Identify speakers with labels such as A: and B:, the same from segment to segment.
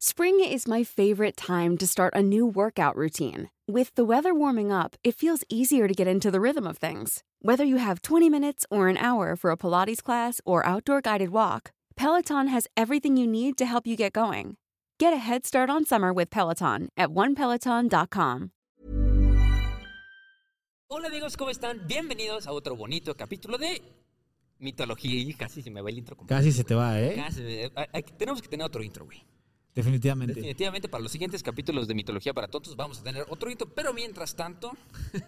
A: Spring is my favorite time to start a new workout routine. With the weather warming up, it feels easier to get into the rhythm of things. Whether you have 20 minutes or an hour for a Pilates class or outdoor guided walk, Peloton has everything you need to help you get going. Get a head start on summer with Peloton at onepeloton.com.
B: Hola amigos, ¿cómo están? Bienvenidos a otro bonito capítulo de mitología. Y casi se me va el intro. completo.
C: Casi se te va, ¿eh?
B: Casi me- hay- hay que- tenemos que tener otro intro, güey.
C: Definitivamente.
B: Definitivamente para los siguientes capítulos de mitología para tontos vamos a tener otro intro, pero mientras tanto...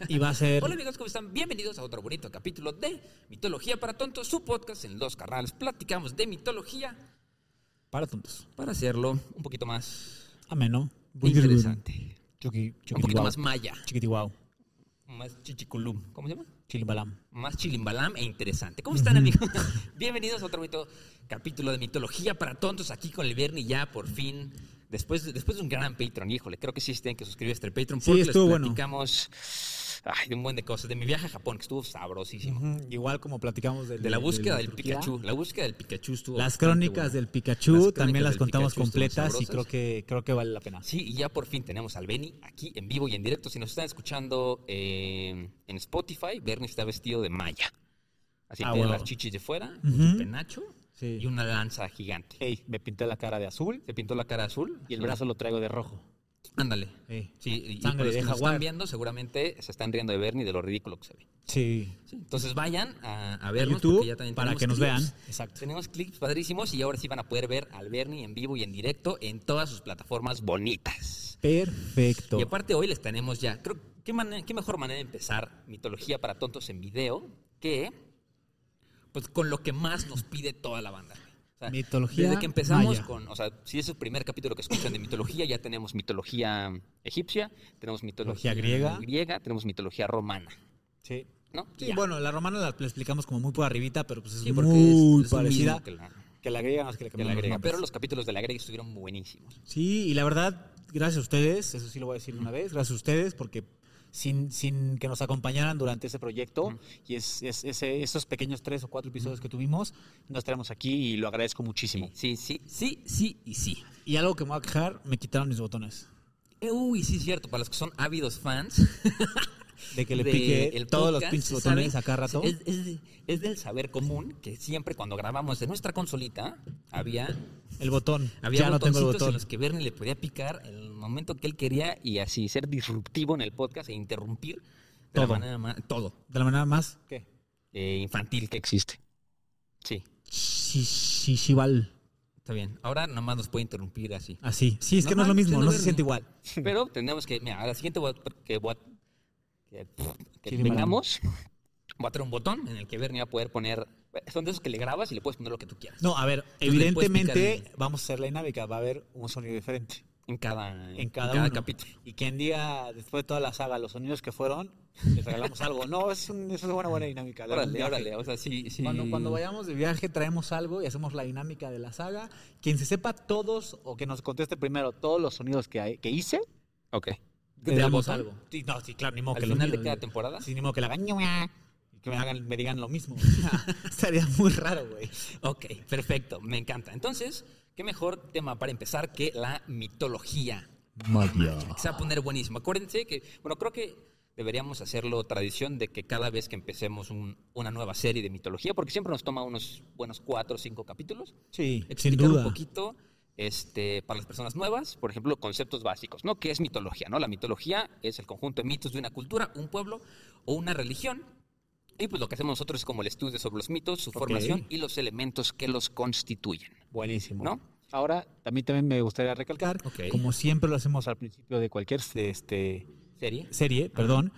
C: Y va a ser
B: Hola amigos, ¿cómo están? Bienvenidos a otro bonito capítulo de mitología para tontos, su podcast en Los Carnales. Platicamos de mitología
C: para tontos.
B: para hacerlo un poquito más
C: Ameno.
B: interesante.
C: Chuqui,
B: Un poquito
C: chiquitiguau.
B: más maya,
C: Chiquitiguau.
B: más chichiculum. ¿Cómo se llama?
C: Chilimbalam.
B: más chilimbalam e interesante. ¿Cómo están, amigos? Bienvenidos a otro bonito capítulo de Mitología para Tontos aquí con el Bernie ya, por fin. Después, de- después de un gran Patreon, híjole, creo que sí se tienen que suscribir a este Patreon
C: Sí,
B: porque
C: estuvo
B: les
C: bueno.
B: platicamos ay, de un buen de cosas. De mi viaje a Japón, que estuvo sabrosísimo.
C: Ujú, Igual como platicamos del-
B: De la búsqueda del,
C: Turquía.
B: Pikachu. La búsqueda del Pikachu estuvo.
C: Las
B: bastante
C: crónicas
B: buena.
C: del
B: Las
C: Pikachu
B: crónicas
C: también las
B: del
C: contamos
B: Pikachu estuvieron
C: completas y
B: sabrosas.
C: creo que creo que vale la pena.
B: Sí, y ya por fin tenemos al Benny aquí en vivo y en directo. Si nos están escuchando eh, en Spotify, Bernie está vestido de maya. Así
C: Ah,
B: tiene
C: huevo.
B: las chichis de fuera,
C: Ujú.
B: un penacho
C: Sí.
B: y una lanza gigante.
D: Ey, me pinté la cara de azul
B: Se pintó la cara azul
D: y el brazo lo traigo de rojo.
B: Ándale.
C: Ey,
B: Sí, y
C: Eh, Sangre
B: para los
C: de
B: que nos
C: jaguar.
B: están viendo, seguramente se están riendo de Bernie de lo ridículo que se ve.
C: Sí.
B: Sí, Entonces vayan a, a
C: En
B: vernos porque ya
C: YouTube
B: también
C: para
B: tenemos
C: que nos
B: clips.
C: vean. Exacto.
B: Tenemos clips padrísimos y ahora sí van a poder ver al Bernie en vivo y en directo en todas sus plataformas bonitas.
C: Perfecto.
B: Y aparte hoy les tenemos ya, creo, ¿qué, mane- qué mejor manera de empezar mitología para tontos en video que pues con lo que más nos pide toda la banda. güey. O sea,
C: Mitología
B: Desde que empezamos
C: maya.
B: con, o sea, si es el primer capítulo que escuchan de mitología, ya tenemos mitología egipcia, tenemos mitología
C: griega.
B: tenemos mitología romana,
C: Sí.
B: ¿no?
C: Sí,
B: Ya.
C: bueno, la romana la, la explicamos como muy por arribita, pero pues es
B: Sí, porque
C: muy
B: es- es lo
C: parecida
B: mismo que la-
D: Que la griega no es que le
B: que la
C: Los
B: griega,
C: nombres.
B: pero los capítulos de la griega estuvieron buenísimos.
C: Sí, y la verdad, gracias a ustedes, eso sí lo voy a decir una vez, gracias a ustedes, porque sin, sin que nos acompañaran durante ese proyecto y es, es- ese- esos pequeños tres o cuatro episodios que tuvimos, nos tenemos aquí y lo agradezco muchísimo.
B: Sí, sí, sí, sí y sí.
C: Y algo que me voy a quejar, me quitaron mis botones.
B: Eh, Uy, sí es cierto, para los que son ávidos fans,
C: De que le
B: de
C: pique
B: el
C: todos los
B: podcast,
C: pinches
B: ¿saben?
C: botones a cada rato.
B: Es, es de- es del saber común que siempre cuando grabamos de nuestra consolita había,
C: El botón.
B: había
C: ya no tengo el
B: botoncitos en
C: botón.
B: los que Bernie le podía picar en el momento que él quería y así ser disruptivo en el podcast e interrumpir de la
C: Todo.
B: manera ma- todo
C: De la manera más. ¿Qué?
B: eh, infantil que existe. Sí,
C: Shishival.
B: está bien. Ahora nomás nos puede interrumpir así.
C: Así. Sí, es que
B: No
C: no es lo
B: manches,
C: mismo,
B: no
C: no se
B: verlo.
C: siente igual.
B: Pero tenemos que, mira, a la siguiente voy a- que, voy a- que, que
C: Chile
B: tengamos, voy a traer un botón en el que Bernie va a poder poner, son de esos que le grabas y le puedes poner lo que tú quieras.
C: No, a ver,
B: Entonces le puedes
C: evidentemente
B: picar
C: vamos a hacer la dinámica, va a haber un sonido diferente.
B: En cada,
C: en cada, uno.
B: capítulo.
C: Y quien diga, después de toda la saga, los sonidos que fueron, les regalamos algo. No, es, un- es una buena, buena dinámica. de algún
B: Órale,
C: viaje.
B: órale, o sea, sí, sí.
C: Cuando, cuando vayamos de viaje, traemos algo y hacemos la dinámica de la saga. Quien se sepa todos o que nos conteste primero todos los sonidos que, hay- que hice,
B: Ok.
C: le
B: damos
C: damos
B: algo?
C: algo. Sí, no, sí, claro, ni modo
B: Al
C: que lo
B: final de
C: mío,
B: cada
C: digo.
B: temporada.
C: Sí, ni modo que la hagan. ñua, y Que me, hagan, me digan lo mismo. O sea, Estaría muy raro, güey.
B: Ok, perfecto, me encanta. Entonces, ¿qué mejor tema para empezar que la mitología?
C: Magia.
B: Se va a poner buenísimo. Acuérdense que, bueno, creo que deberíamos hacerlo tradición de que cada vez que empecemos un- una nueva serie de mitología, porque siempre nos toma unos buenos cuatro o cinco capítulos,
C: Sí, sin
B: explicar un
C: duda.
B: poquito este, para las personas nuevas, por ejemplo, conceptos básicos, ¿no? ¿Qué es mitología? ¿no? La mitología es el conjunto de mitos de una cultura, un pueblo o una religión. Y pues lo que hacemos nosotros es como el estudio sobre los mitos, su formación y los elementos que los constituyen,
D: Buenísimo.
B: ¿no?
D: Ahora, también, también me gustaría recalcar,
B: Ok.
C: Como siempre lo hacemos
D: vamos al principio de cualquier este,
B: Serie.
C: serie, perdón.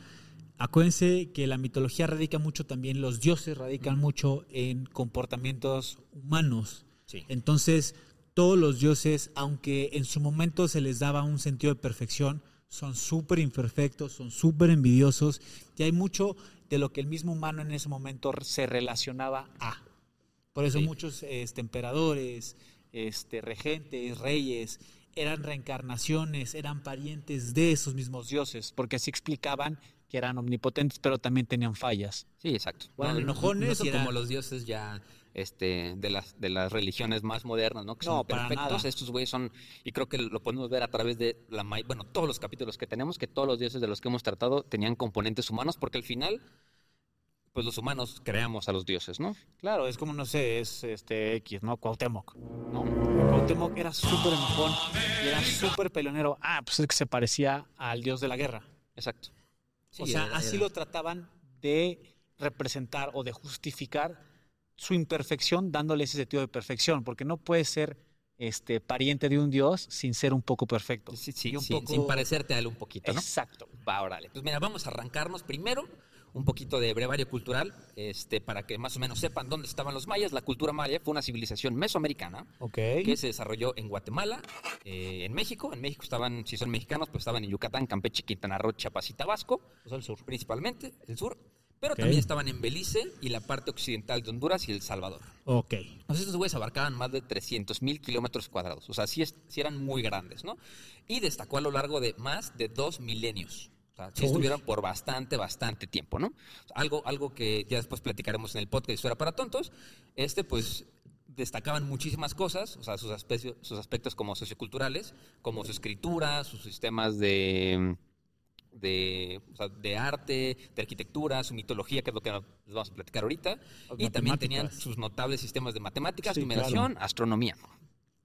C: Acuérdense que la mitología radica mucho también, los dioses radican mucho en comportamientos humanos.
B: Sí.
C: Entonces, todos los dioses, aunque en su momento se les daba un sentido de perfección, son súper imperfectos, son súper envidiosos y hay mucho de lo que el mismo humano en ese momento se relacionaba a. Por eso
B: Sí.
C: muchos este, emperadores, este, regentes, reyes, eran reencarnaciones, eran parientes de esos mismos dioses, porque así explicaban que eran omnipotentes, pero también tenían fallas.
B: Sí, exacto.
C: Bueno,
B: no,
C: enojones
B: no son
C: y era-
B: como los dioses ya este, de, las, de las religiones más modernas, ¿no? Que
C: No,
B: son
C: para
B: perfectos.
C: nada.
B: Estos güeyes son, y creo que lo podemos ver a través de la may- bueno, todos los capítulos que tenemos, que todos los dioses de los que hemos tratado tenían componentes humanos, porque al final, pues los humanos creamos a los dioses, ¿no?
D: Claro, es como, no sé, es este X, ¿no? Cuauhtémoc.
B: ¿No?
D: Cuauhtémoc era súper enojón y era súper peleonero. Ah, pues es que se parecía al dios de la guerra.
B: Exacto. Sí,
D: o sea,
B: era-
D: así
B: era-
D: lo trataban de representar o de justificar su imperfección dándole ese sentido de perfección, porque no puedes ser este, pariente de un dios sin ser un poco perfecto.
B: Sí, sí,
D: y un
B: sin-
D: poco-
B: sin parecerte a él un poquito, ¿no?
D: Exacto.
B: Va, órale. Pues mira, vamos a arrancarnos primero un poquito de brevario cultural, este, para que más o menos sepan dónde estaban los mayas. La cultura maya fue una civilización mesoamericana
D: Ok.
B: que se desarrolló en Guatemala, eh, en México. En México estaban, si son mexicanos, pues estaban en Yucatán, Campeche, Quintana Roo, Chiapas y Tabasco,
D: Pues al sur.
B: principalmente, el sur. Pero
C: Ok.
B: también estaban en Belice y la parte occidental de Honduras y El Salvador.
C: Ok.
B: Entonces, estos güeyes abarcaban más de 300.000 mil kilómetros cuadrados. O sea, sí, es- sí eran muy grandes, ¿no? Y destacó a lo largo de más de dos milenios. O sea, sí
C: Uy.
B: estuvieron por bastante, bastante tiempo, ¿no? Algo, algo que ya después platicaremos en el podcast de Historia para Tontos. Este, pues, destacaban muchísimas cosas, o sea, sus, aspectos- sus aspectos como socioculturales, como su escritura, sus sistemas de de, o sea, de arte, de arquitectura, su mitología, que es lo que nos vamos a platicar ahorita. Y también tenían
C: Matemáticas.
B: sus notables sistemas de matemáticas,
D: Sí,
B: numeración, astronomía.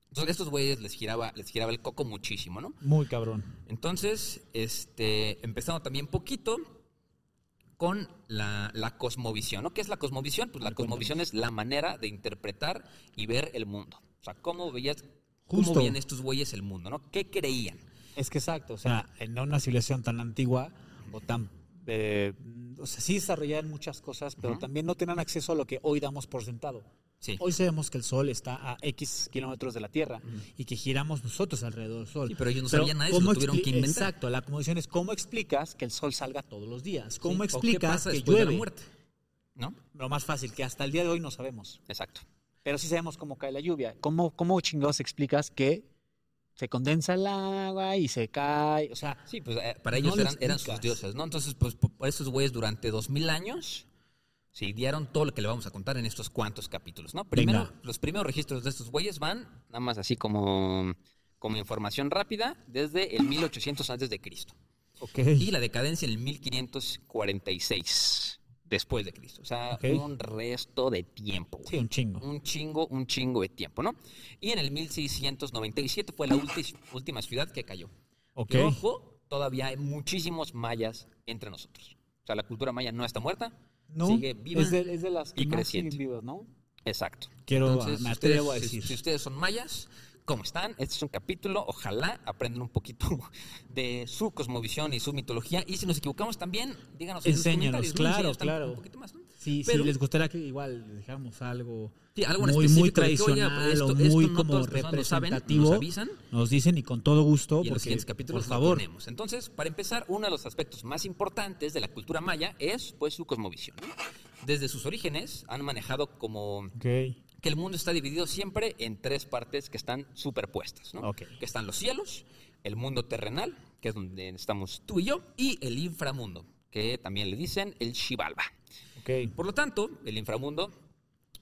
B: Entonces, estos güeyes les giraba, les giraba el coco muchísimo, ¿no?
C: Muy cabrón.
B: Entonces, este, empezando también poquito con la, la cosmovisión, ¿no? ¿Qué es la cosmovisión? Pues la cosmovisión es la manera de interpretar y ver el mundo. O sea, cómo veías, cómo
C: Justo.
B: veían estos güeyes el mundo, ¿no? ¿Qué creían?
D: Es que exacto, o
C: O
D: sea,
C: sea, en una civilización tan antigua o tan...
D: eh, o sea, sí desarrollaban muchas cosas, pero
B: Ujú.
D: también no tenían acceso a lo que hoy damos por sentado.
B: Sí.
C: Hoy sabemos que el sol está
D: Está
C: a
D: a X kilómetros de la Tierra.
C: y que giramos nosotros alrededor del sol.
B: Sí, pero ellos no sabían nada de eso,
C: ¿cómo
B: lo tuvieron
C: expli-
B: que inventar.
C: Exacto, la conmoción es cómo explicas que el sol salga todos los días. ¿Cómo
B: Sí, o qué
C: explicas
B: pasa
C: que
B: después de la
C: llueve?
B: muerte, ¿No?
D: Lo más fácil, que hasta el día de hoy no sabemos.
B: Exacto.
D: Pero sí sabemos cómo cae la lluvia. ¿Cómo, cómo chingados explicas que se condensa el agua y se cae? O sea,
B: Sí, pues eh, para
C: No
B: ellos
C: lo
B: eran, eran sus
C: explicas.
B: dioses, ¿no? Entonces, pues po- por estos güeyes durante dos mil años se idearon todo lo que le vamos a contar en estos cuantos capítulos, ¿no? Primero,
C: Venga.
B: los primeros registros de estos güeyes van, nada más así como, como información rápida, desde el 1800 antes de Cristo.
C: Ok.
B: Y la decadencia en el 1546 después de Cristo. O sea,
C: Ok.
B: un resto de tiempo, güey.
C: Sí, un chingo.
B: Un chingo, un chingo de tiempo, ¿no? Y en el 1697 fue la ulti- última ciudad que cayó.
C: Ok.
B: Y ojo, todavía hay muchísimos mayas entre nosotros. O sea, la cultura maya no está muerta.
C: No,
B: sigue viva.
D: es de, es de las que
B: y
D: más siguen
B: creciente.
D: vivas, ¿no? este,
B: Exacto.
C: Quiero,
B: Entonces,
C: me
B: si
C: atrevo
B: ustedes-
C: a decir.
B: Si, si ustedes son mayas, ¿cómo están? Este es un capítulo. Ojalá aprendan un poquito de su cosmovisión y su mitología. Y si nos equivocamos también, díganos en los
C: Enséñanos,
B: comentarios, ¿no?
C: claro,
B: Enséñanos también
C: claro.
B: Un poquito más, ¿no?
C: Sí, sí,
B: Pero-
C: les gustaría que igual dejáramos algo,
B: Sí, algo en
C: muy, muy
B: específico de que, oye,
C: tradicional o
B: esto-
C: muy
B: esto no
C: como
B: todas las personas lo saben,
C: representativo.
B: nos avisan.
C: Nos dicen y con todo gusto,
B: y en los
C: Oh, porque,
B: siguientes capítulos
C: por
B: lo
C: favor,
B: ponemos. Entonces, para empezar, uno de los aspectos más importantes de la cultura maya es pues su cosmovisión. ¿no? Desde sus orígenes han manejado como que el mundo está dividido siempre en tres partes que están superpuestas, ¿no?
C: Ok.
B: Que están los cielos, el mundo terrenal, que es donde estamos tú y yo, y el inframundo, que también le dicen el Shivalba. Por lo tanto, el inframundo,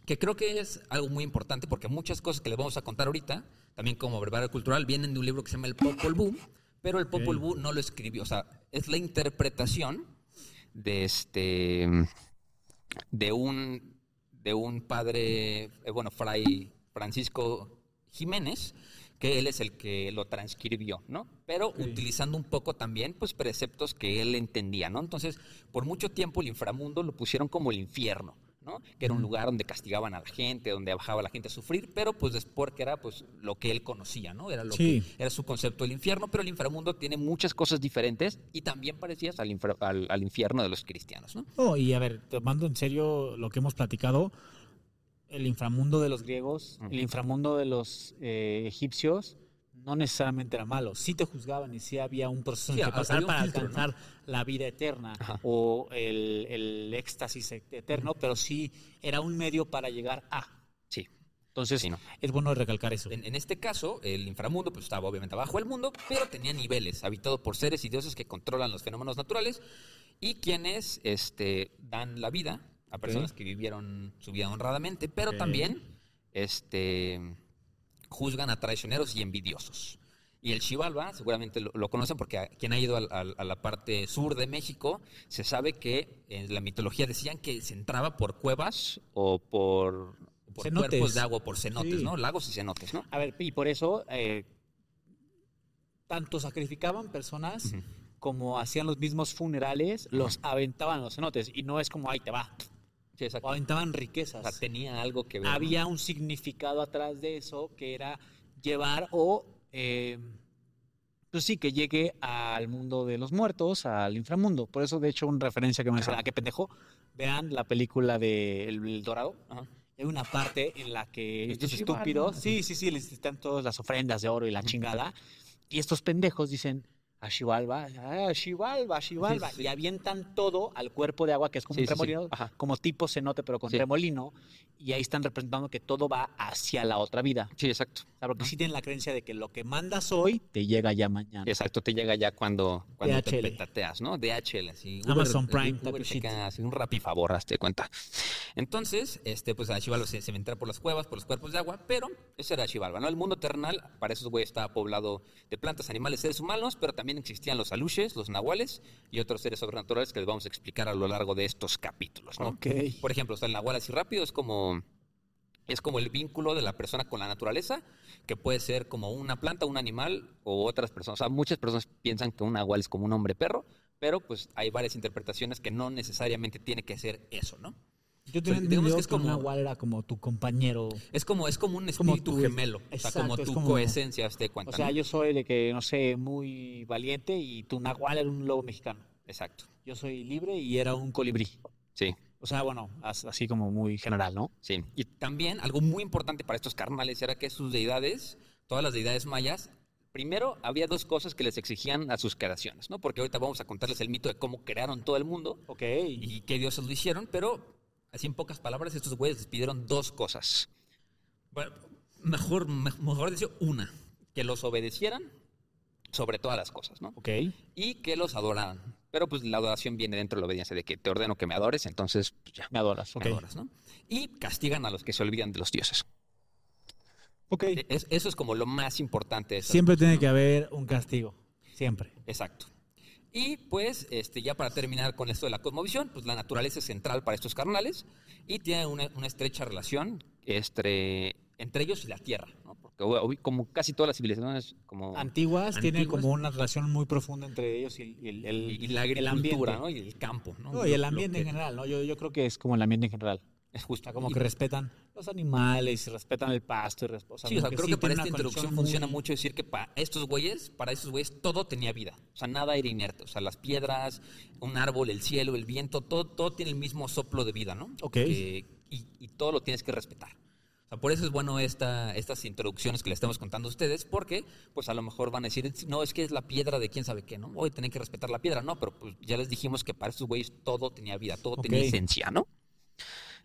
B: que creo que es algo muy importante porque muchas cosas que les vamos a contar ahorita, también como brevario cultural, vienen de un libro que se llama El Popol Vuh, pero el Popol Vuh no lo escribió, o sea, es la interpretación de este de un de un padre, eh, bueno, fray Francisco Jiménez, que él es el que lo transcribió, ¿no? Pero utilizando un poco también, pues, preceptos que él entendía, ¿no? Entonces, por mucho tiempo el inframundo lo pusieron como el infierno, ¿no? Que era un lugar donde castigaban a la gente, donde bajaba la gente a sufrir, pero pues después que era, pues, lo que él conocía, ¿no? Era lo
C: Sí.
B: que era su concepto del infierno, pero el inframundo tiene muchas cosas diferentes y también parecidas al, infra- al- al infierno de los cristianos, ¿no?
C: No, y a ver, tomando en serio lo que hemos platicado, el inframundo de
D: De
C: los
D: los griegos,
B: Ujú.
D: el inframundo de los eh, egipcios, no necesariamente era malo. Sí te juzgaban y sí había un proceso
B: Sí,
D: en que
B: había
D: pasar
B: un
D: para
B: filtro, ¿no?
D: alcanzar la vida eterna
B: Ajá.
D: o el, el éxtasis e- eterno, pero sí era un medio para llegar a.
B: Sí.
D: Entonces,
B: Sí, no.
C: es bueno recalcar eso.
B: En, en este caso, el inframundo pues, estaba obviamente abajo del mundo, pero tenía niveles, habitado por seres y dioses que controlan los fenómenos naturales y quienes este, dan la vida a a personas que vivieron su vida honradamente, pero
E: Ok.
B: también este, juzgan a traicioneros y envidiosos. Y el Chivalba, seguramente lo, lo conocen porque a quien ha ido al- al- a, la parte sur de México, se sabe que en la mitología decían que se entraba por cuevas o por, por
E: Cenotes.
B: cuerpos de agua, por cenotes,
E: Sí.
B: ¿no? Lagos y cenotes, ¿no?
C: A ver, y por eso eh, tanto sacrificaban personas
B: Ujú.
C: como hacían los mismos funerales, los aventaban a los cenotes y no es como ahí te va,
B: Sí, exacto.
C: o aventaban
B: O sea,
C: riquezas.
B: tenía algo que ver. ¿no?
C: Había un significado atrás de eso que era llevar o, eh, pues sí, que llegue al mundo de los muertos, al inframundo. Por eso, de hecho, una referencia que me decía, ah, qué pendejo, vean la película de El, El Dorado.
B: Ajá.
C: Hay una parte en la que
B: Estos
C: estos
B: sí van, ¿no?
C: estúpidos, sí, sí, sí, les están todas las ofrendas de oro y la chingada. Y estos pendejos dicen "Ah, a Xibalba, a Xibalba, a Xibalba",
B: sí, sí.
C: y avientan todo al cuerpo de agua que es como
B: Sí,
C: un
B: sí, sí.
C: remolino,
B: Ajá.
C: como tipo cenote, pero con
B: Sí.
C: remolino. Y ahí están representando que todo va hacia la otra vida.
B: Sí, exacto.
C: O sea, porque sí tienen la creencia de que lo que mandas hoy te llega ya mañana.
B: Exacto, te llega ya cuando, cuando te
E: DHL.
B: petateas, ¿no? DHL, así.
E: Amazon
B: Uber-
E: Prime,
B: Uber
E: type
B: te
E: shit.
B: cae así un rapifavor, hazte cuenta. Entonces, este, pues a Chivalba se, se me entra por las cuevas, por los cuerpos de agua, pero ese era Chivalba, ¿no? El mundo terrenal, para esos güeyes estaba poblado de plantas, animales, seres humanos, pero también existían los aluches, los nahuales y otros seres sobrenaturales que les vamos a explicar a lo largo de estos capítulos, ¿no?
C: Ok.
B: Por ejemplo, o sea, el nahual así rápido es como es como el vínculo de la persona con la naturaleza, que puede ser como una planta, un animal o otras personas. O sea, muchas personas piensan que un nahual es como un hombre perro, pero pues hay varias interpretaciones que no necesariamente tiene que ser eso, ¿no?
E: Yo tenía
B: Digamos que
E: entendido que,
B: es
E: es
B: como-
E: como un nahual era como tu compañero.
B: Es como, es como un
E: Como
B: espíritu
E: tú,
B: gemelo, o sea,
E: exacto,
B: como
E: es
B: tu
E: como-
B: coesencia, este cuenta.
C: O sea,
B: ¿no?
C: yo soy de que, no sé, muy valiente y tu nahual era un lobo mexicano.
B: Exacto.
C: Yo soy libre y era un colibrí.
B: Sí.
C: O sea, bueno, as- así como muy general, ¿no?
B: Sí, y también algo muy importante para estos carnales era que sus deidades, todas las deidades mayas, primero había dos cosas que les exigían a sus creaciones, ¿no? Porque ahorita vamos a contarles el mito de cómo crearon todo el mundo
C: Ok.
B: y qué dioses lo hicieron, pero así en pocas palabras estos güeyes les pidieron dos cosas. Bueno, mejor, me- mejor decir una, que los obedecieran sobre todas las cosas, ¿no?
C: Ok.
B: Y que los adoraran. Pero pues la adoración viene dentro de la obediencia de que te ordeno que me adores, entonces pues, ya
C: Me adoras, ok.
B: me adoras, ¿no? Y castigan a los que se olvidan de los dioses.
C: Ok.
B: Es- eso es como lo más importante. de estas
E: Siempre
B: cosas,
E: tiene
B: ¿no?
E: que haber un castigo. Siempre.
B: Exacto. Y pues, este, ya para terminar con esto de la cosmovisión, pues la naturaleza es central para estos carnales y tiene una, una estrecha relación entre, entre ellos y la tierra, ¿no? Porque ob- como casi todas las civilizaciones, como
E: Antiguas, tiene
B: Antiguas.
E: como una relación muy profunda entre.
C: Entre ellos y, y el, el-
B: y, y la
C: el
B: agricultura,
C: ambiente.
B: ¿no? Y el campo, ¿no?
E: No, y el
B: Lo- lo
E: ambiente
B: que-
E: en general, ¿no? Yo, yo creo
C: Creo que es como el ambiente en general.
B: es justo.
E: como
B: Y-
E: que respetan.
C: Los animales y respetan el pasto y resp- o sea,
B: Sí, o sea,
C: como
B: creo
E: sí
B: que
E: tiene
B: para esta
E: una conexión
B: introducción funciona
E: muy-
B: mucho decir que para estos güeyes, para esos güeyes todo tenía vida. O sea, nada era inerte. O sea, las piedras, un árbol, el cielo, el viento, todo, todo tiene el mismo soplo de vida, ¿no?
E: Ok.
B: Que- y, y todo lo tienes que respetar. O sea, por eso es bueno esta, estas introducciones que le estamos contando a ustedes, porque pues a lo mejor van a decir, no, es que es la piedra de quién sabe qué, ¿no? Hoy tienen que respetar la piedra, no, pero pues ya les dijimos que para estos güeyes todo tenía vida, todo tenía
E: Ok.
B: esencia, ¿no?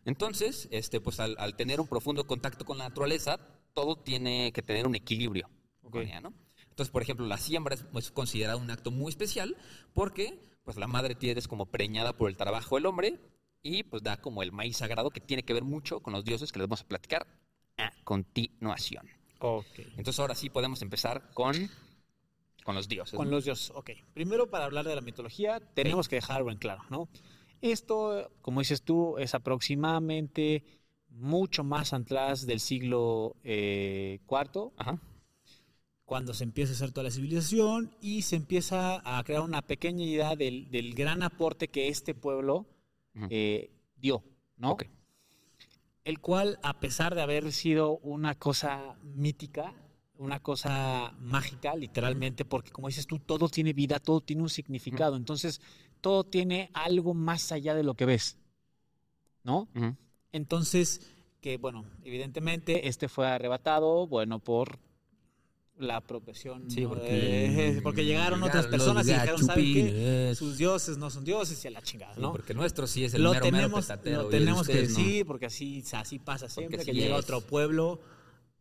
B: Entonces, este, pues al, al tener un profundo contacto con la naturaleza, todo tiene que tener un equilibrio con ella, ¿no? Entonces, por ejemplo, la siembra es, es considerada un acto muy especial porque pues la madre tierra es como preñada por el trabajo del hombre y pues da como el maíz sagrado que tiene que ver mucho con los dioses que les vamos a platicar a continuación.
C: Ok.
B: Entonces, ahora sí podemos empezar con, con los dioses.
C: Con
B: ¿no?
C: los dioses, ok. Primero, para hablar de la mitología, tenemos que dejar en claro, ¿no? Esto, como dices tú, es aproximadamente mucho más atrás del siglo eh, IV,
B: Ajá.
E: Cuando se empieza a hacer toda la civilización y se empieza a crear una
C: una pequeña idea del, del gran aporte que este pueblo
B: Ujú.
C: eh, dio, ¿no?
B: Ok.
C: El cual, a pesar de haber sido una cosa mítica, una cosa mágica, literalmente, porque como dices tú, todo tiene vida, todo tiene un significado, entonces todo tiene algo más allá de lo que ves, ¿no?
B: Ujú.
C: Entonces, que bueno, evidentemente este fue arrebatado, bueno, por la profesión.
B: Sí,
C: ¿no?
B: porque-
C: Eh, porque llegaron otras
B: llegaron los
C: personas y dijeron, ¿saben qué?
B: gachupines".
C: Sus dioses no son dioses y a la chingada,
B: Sí,
C: ¿no?
B: Porque nuestro sí es el
E: lo
B: mero, mero
E: tenemos,
B: petatero,
E: lo
B: y el de
E: tenemos que
B: ustedes no.
E: decir.
C: Sí, porque así, así pasa siempre,
B: así
C: que llega
B: es.
C: otro
E: pueblo.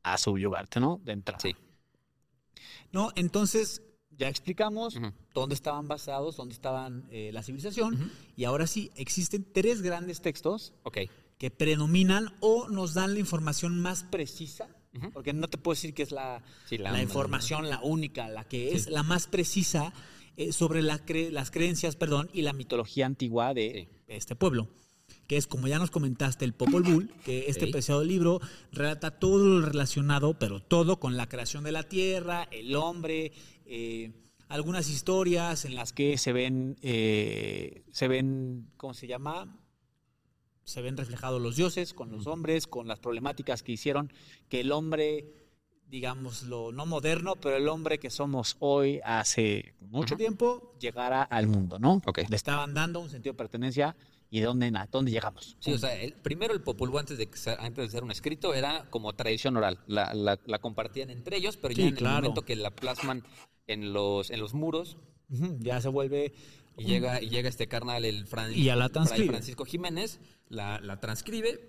C: a subyugarte, ¿no? De entrada.
B: Sí.
E: No, entonces
C: Ya explicamos
B: Ujú.
C: dónde estaban basados, dónde estaban eh, la civilización. Y ahora sí, existen tres grandes textos
B: Ok.
C: que predominan o nos dan la información más precisa,
B: Ujú.
C: porque no te puedo decir que es la,
B: Sí, la-
C: la información, la única, la que es la más precisa eh, sobre la cre- las creencias perdón, y la mitología antigua de
B: Sí.
C: este pueblo. Que es, como ya nos comentaste, el Popol Vuh, que este
B: Ey.
C: preciado libro relata todo lo relacionado, pero todo con la creación de la tierra, el hombre, eh, algunas historias en las que se ven, eh, se ven, ¿cómo se llama? se ven reflejados los dioses con los hombres, con las problemáticas que hicieron que el hombre, digámoslo, no moderno, pero el hombre que somos hoy hace mucho
B: Ujú.
C: tiempo llegara al mundo, ¿no?
B: Ok.
C: Le estaban dando un sentido de pertenencia y dónde, na- dónde llegamos.
B: Sí, o sea, el- primero el Popol Vuh antes de, que sa- antes de ser un escrito era como tradición oral. La, la- la compartían entre ellos, pero
C: Sí,
B: ya en
C: claro.
B: el momento que la plasman en los, en los muros
C: Ujú, Ya se vuelve
B: y llega, y llega este carnal, el, Fran-
C: Y ya la
B: Fray
C: transcribe.
B: Francisco Jiménez, la, la transcribe,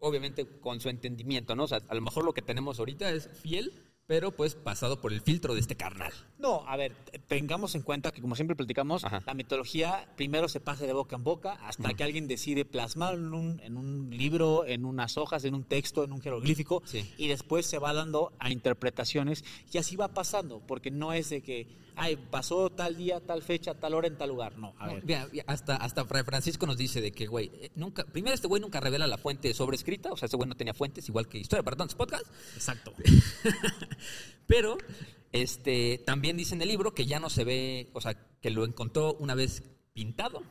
B: obviamente con su entendimiento, ¿no? O sea, a lo mejor lo que tenemos ahorita es fiel, pero pues pasado por el filtro de este carnal.
C: No, a ver, te- tengamos en cuenta que como siempre platicamos,
B: Ajá.
C: la mitología primero se pasa de boca en boca hasta que alguien decide plasmarlo en un, en un libro, en unas hojas, en un texto, en un jeroglífico,
B: Sí.
C: y después se va dando a interpretaciones y así va pasando, porque no es de que, ay, pasó tal día, tal fecha, tal hora, en tal lugar, no, a
B: No,
C: ver.
B: mira, mira, hasta, hasta Fray Francisco nos dice de que, güey, eh, nunca, primero este güey nunca revela la fuente sobrescrita, o sea, este güey no tenía fuentes, igual que Historia para Tontos Podcast,
C: Exacto.
B: pero este, también dice en el libro que ya no se ve, o sea, que lo encontró una vez pintado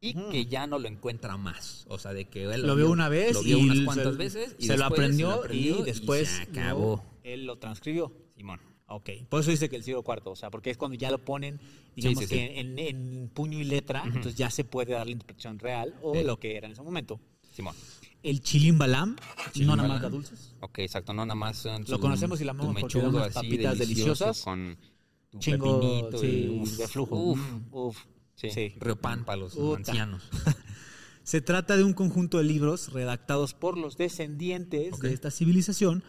B: y que ya no lo encuentra más, o sea, de que él
F: Lo vio una vez
B: lo vio
F: y
B: unas
F: se-
B: cuantas veces y
F: se lo
B: después
F: aprendió y
B: aprendió
F: después
B: se acabó,
C: Él lo transcribió.
B: Simón.
C: Ok, por eso dice que el siglo IV, o sea, porque es cuando ya lo ponen,
B: Sí,
C: digamos
B: sí, sí.
C: que en, en puño y letra, entonces ya se puede dar la interpretación real o
B: Sí.
C: lo que era en ese momento.
B: Simón.
F: El chilimbalam, no nada más da
B: Chilimbalam.
F: dulces.
B: Ok, exacto, no nada más. son
C: Lo
B: su-
C: conocemos y lo amamos
B: tu
C: porque dan
B: mechudo
C: unas
B: así
C: papitas
B: delicioso
C: deliciosas.
B: Con tu
C: Chingo
B: pepinito
C: sí,
B: y uf,
C: de flujo.
B: Uf,
C: Mm, uf,
B: sí,
C: sí.
B: Riopan para los
C: Puta.
B: ancianos.
F: Se trata de un conjunto de libros redactados
C: Por los descendientes
B: Ok.
F: de esta civilización,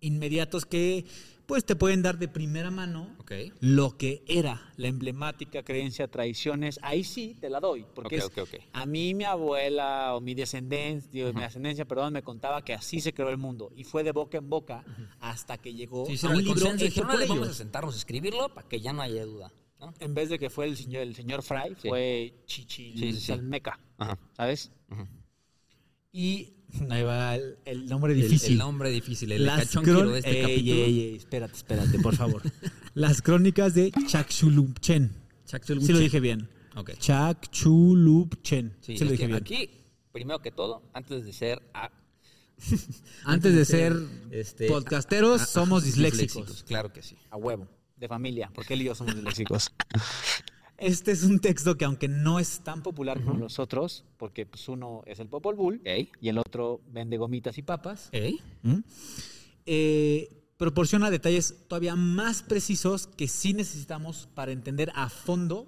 F: inmediatos que pues te pueden dar de primera mano
B: Ok.
F: lo que era
C: la emblemática creencia, tradiciones, ahí sí te la doy, porque
B: Ok,
C: es-
B: ok, ok.
C: a mí mi abuela o mi descendencia, digo, mi ascendencia, perdón, me contaba que así se creó el mundo y fue de boca en boca hasta que llegó
B: Sí,
C: Oh, a
B: hicieron
C: un
B: el
C: libro
B: consenso,
C: hecho
B: dijeron,
C: por
B: "Órale, vamos a
C: ellos.
B: sentarnos a escribirlo para que ya no haya duda. ¿no?
C: En vez de que fue el señor, el señor Fry,
B: Sí. Sí,
C: fue
B: sí, sí.
C: Chichilchalmeca,
B: Ajá.
C: ¿sabes?
B: Ujú.
F: y ahí va el, el nombre
B: El-
F: difícil.
B: El, nombre difícil, el
F: Las
B: cachonquero
F: cron-
B: de este
F: Ey,
B: capítulo.
F: ey, ey, espérate, espérate, por favor. Las crónicas de Chakchulupchen. Sí lo dije bien.
B: Ok.
F: Chakchulupchen.
B: Sí,
F: Sí, lo
B: es
F: dije
B: que
F: bien.
B: Aquí, primero que todo, antes de ser a-
F: Antes de ser
B: este,
F: podcasteros,
B: a- a-
F: somos disléxicos.
B: Claro que sí.
C: a huevo, de familia, porque él y yo somos disléxicos.
F: Este es un texto que aunque no es tan
C: Tan popular como los otros, porque pues uno es el Popol Bull
B: Ok.
C: y el otro vende gomitas y papas.
B: Ey.
F: ¿Mm? Eh, proporciona detalles todavía más precisos que sí necesitamos para entender a fondo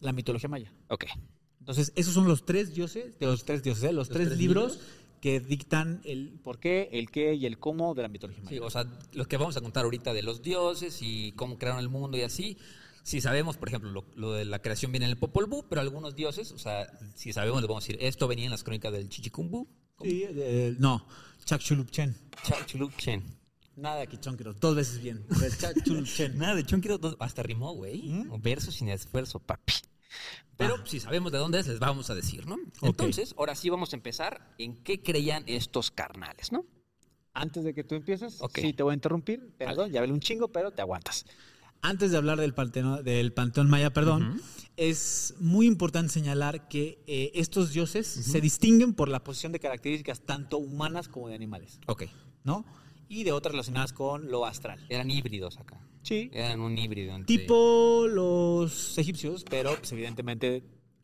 F: la mitología maya.
B: Ok.
F: Entonces, esos son los tres dioses, de los tres dioses, ¿eh? los, tres,
B: tres
F: libros, que dictan el...
C: El por qué, el qué y el cómo de la mitología
B: Sí,
C: maya.
B: o sea, lo que vamos a contar ahorita de los dioses y cómo crearon el mundo y así. Si sabemos, por ejemplo, lo, lo de la creación viene en el Popol Vuh, pero algunos dioses, o sea, si sabemos, le vamos a decir, esto venía en las crónicas del Chichicumbu.
F: Sí, eh, no, Chakchulupchen.
B: Chachuluchen.
C: Nada que
F: Chonquero, dos veces bien. A ver, Chakchulupchen.
B: Nada de Chonquiro, hasta rimó, güey. Verso sin esfuerzo, papi. Pero si sabemos de dónde es, les vamos a decir, ¿no? Entonces, ahora sí vamos a empezar en qué creían estos carnales, ¿no?
C: Antes de que tú empieces,
B: Ok.
C: sí te voy a interrumpir, perdón, ya vele un chingo, pero te aguantas.
F: Antes de hablar del, Panteno- del Panteón Maya, perdón, es muy importante señalar que eh, estos dioses se distinguen por la posición
C: Posición de características tanto humanas como de animales,
B: Ok.
F: ¿no?
C: y de otras relacionadas con lo astral.
B: Eran híbridos acá.
C: Sí,
B: Eran un híbrido. entre-
F: Tipo los
C: egipcios, pero pues, evidentemente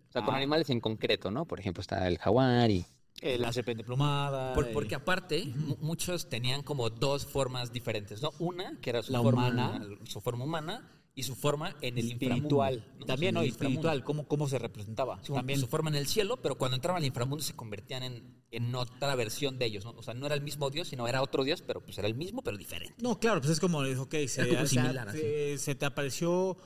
B: O sea, con animales en concreto, ¿no? Por ejemplo, está el jaguar y...
C: eh, la serpiente plumada.
B: Por-
C: eh,
B: porque aparte, mu- muchos tenían como dos formas diferentes, ¿no? Una, que era su
C: La
B: forma
C: humana.
B: su forma humana, y su forma en el
D: espiritual.
B: inframundo, ¿no?
D: También,
B: En
D: ¿no?
B: el
D: Espiritual,
B: inframundo. pues,
D: ¿cómo, cómo se representaba?
B: Su,
D: También.
B: su forma en el cielo, pero cuando entraban al inframundo se convertían en, en otra versión de ellos, ¿no? O sea, no era el mismo Dios, sino era otro Dios, pero pues era el mismo, pero diferente.
C: No, claro, pues es como, ok, se,
B: como
C: o sea,
B: similar,
C: se- se te apareció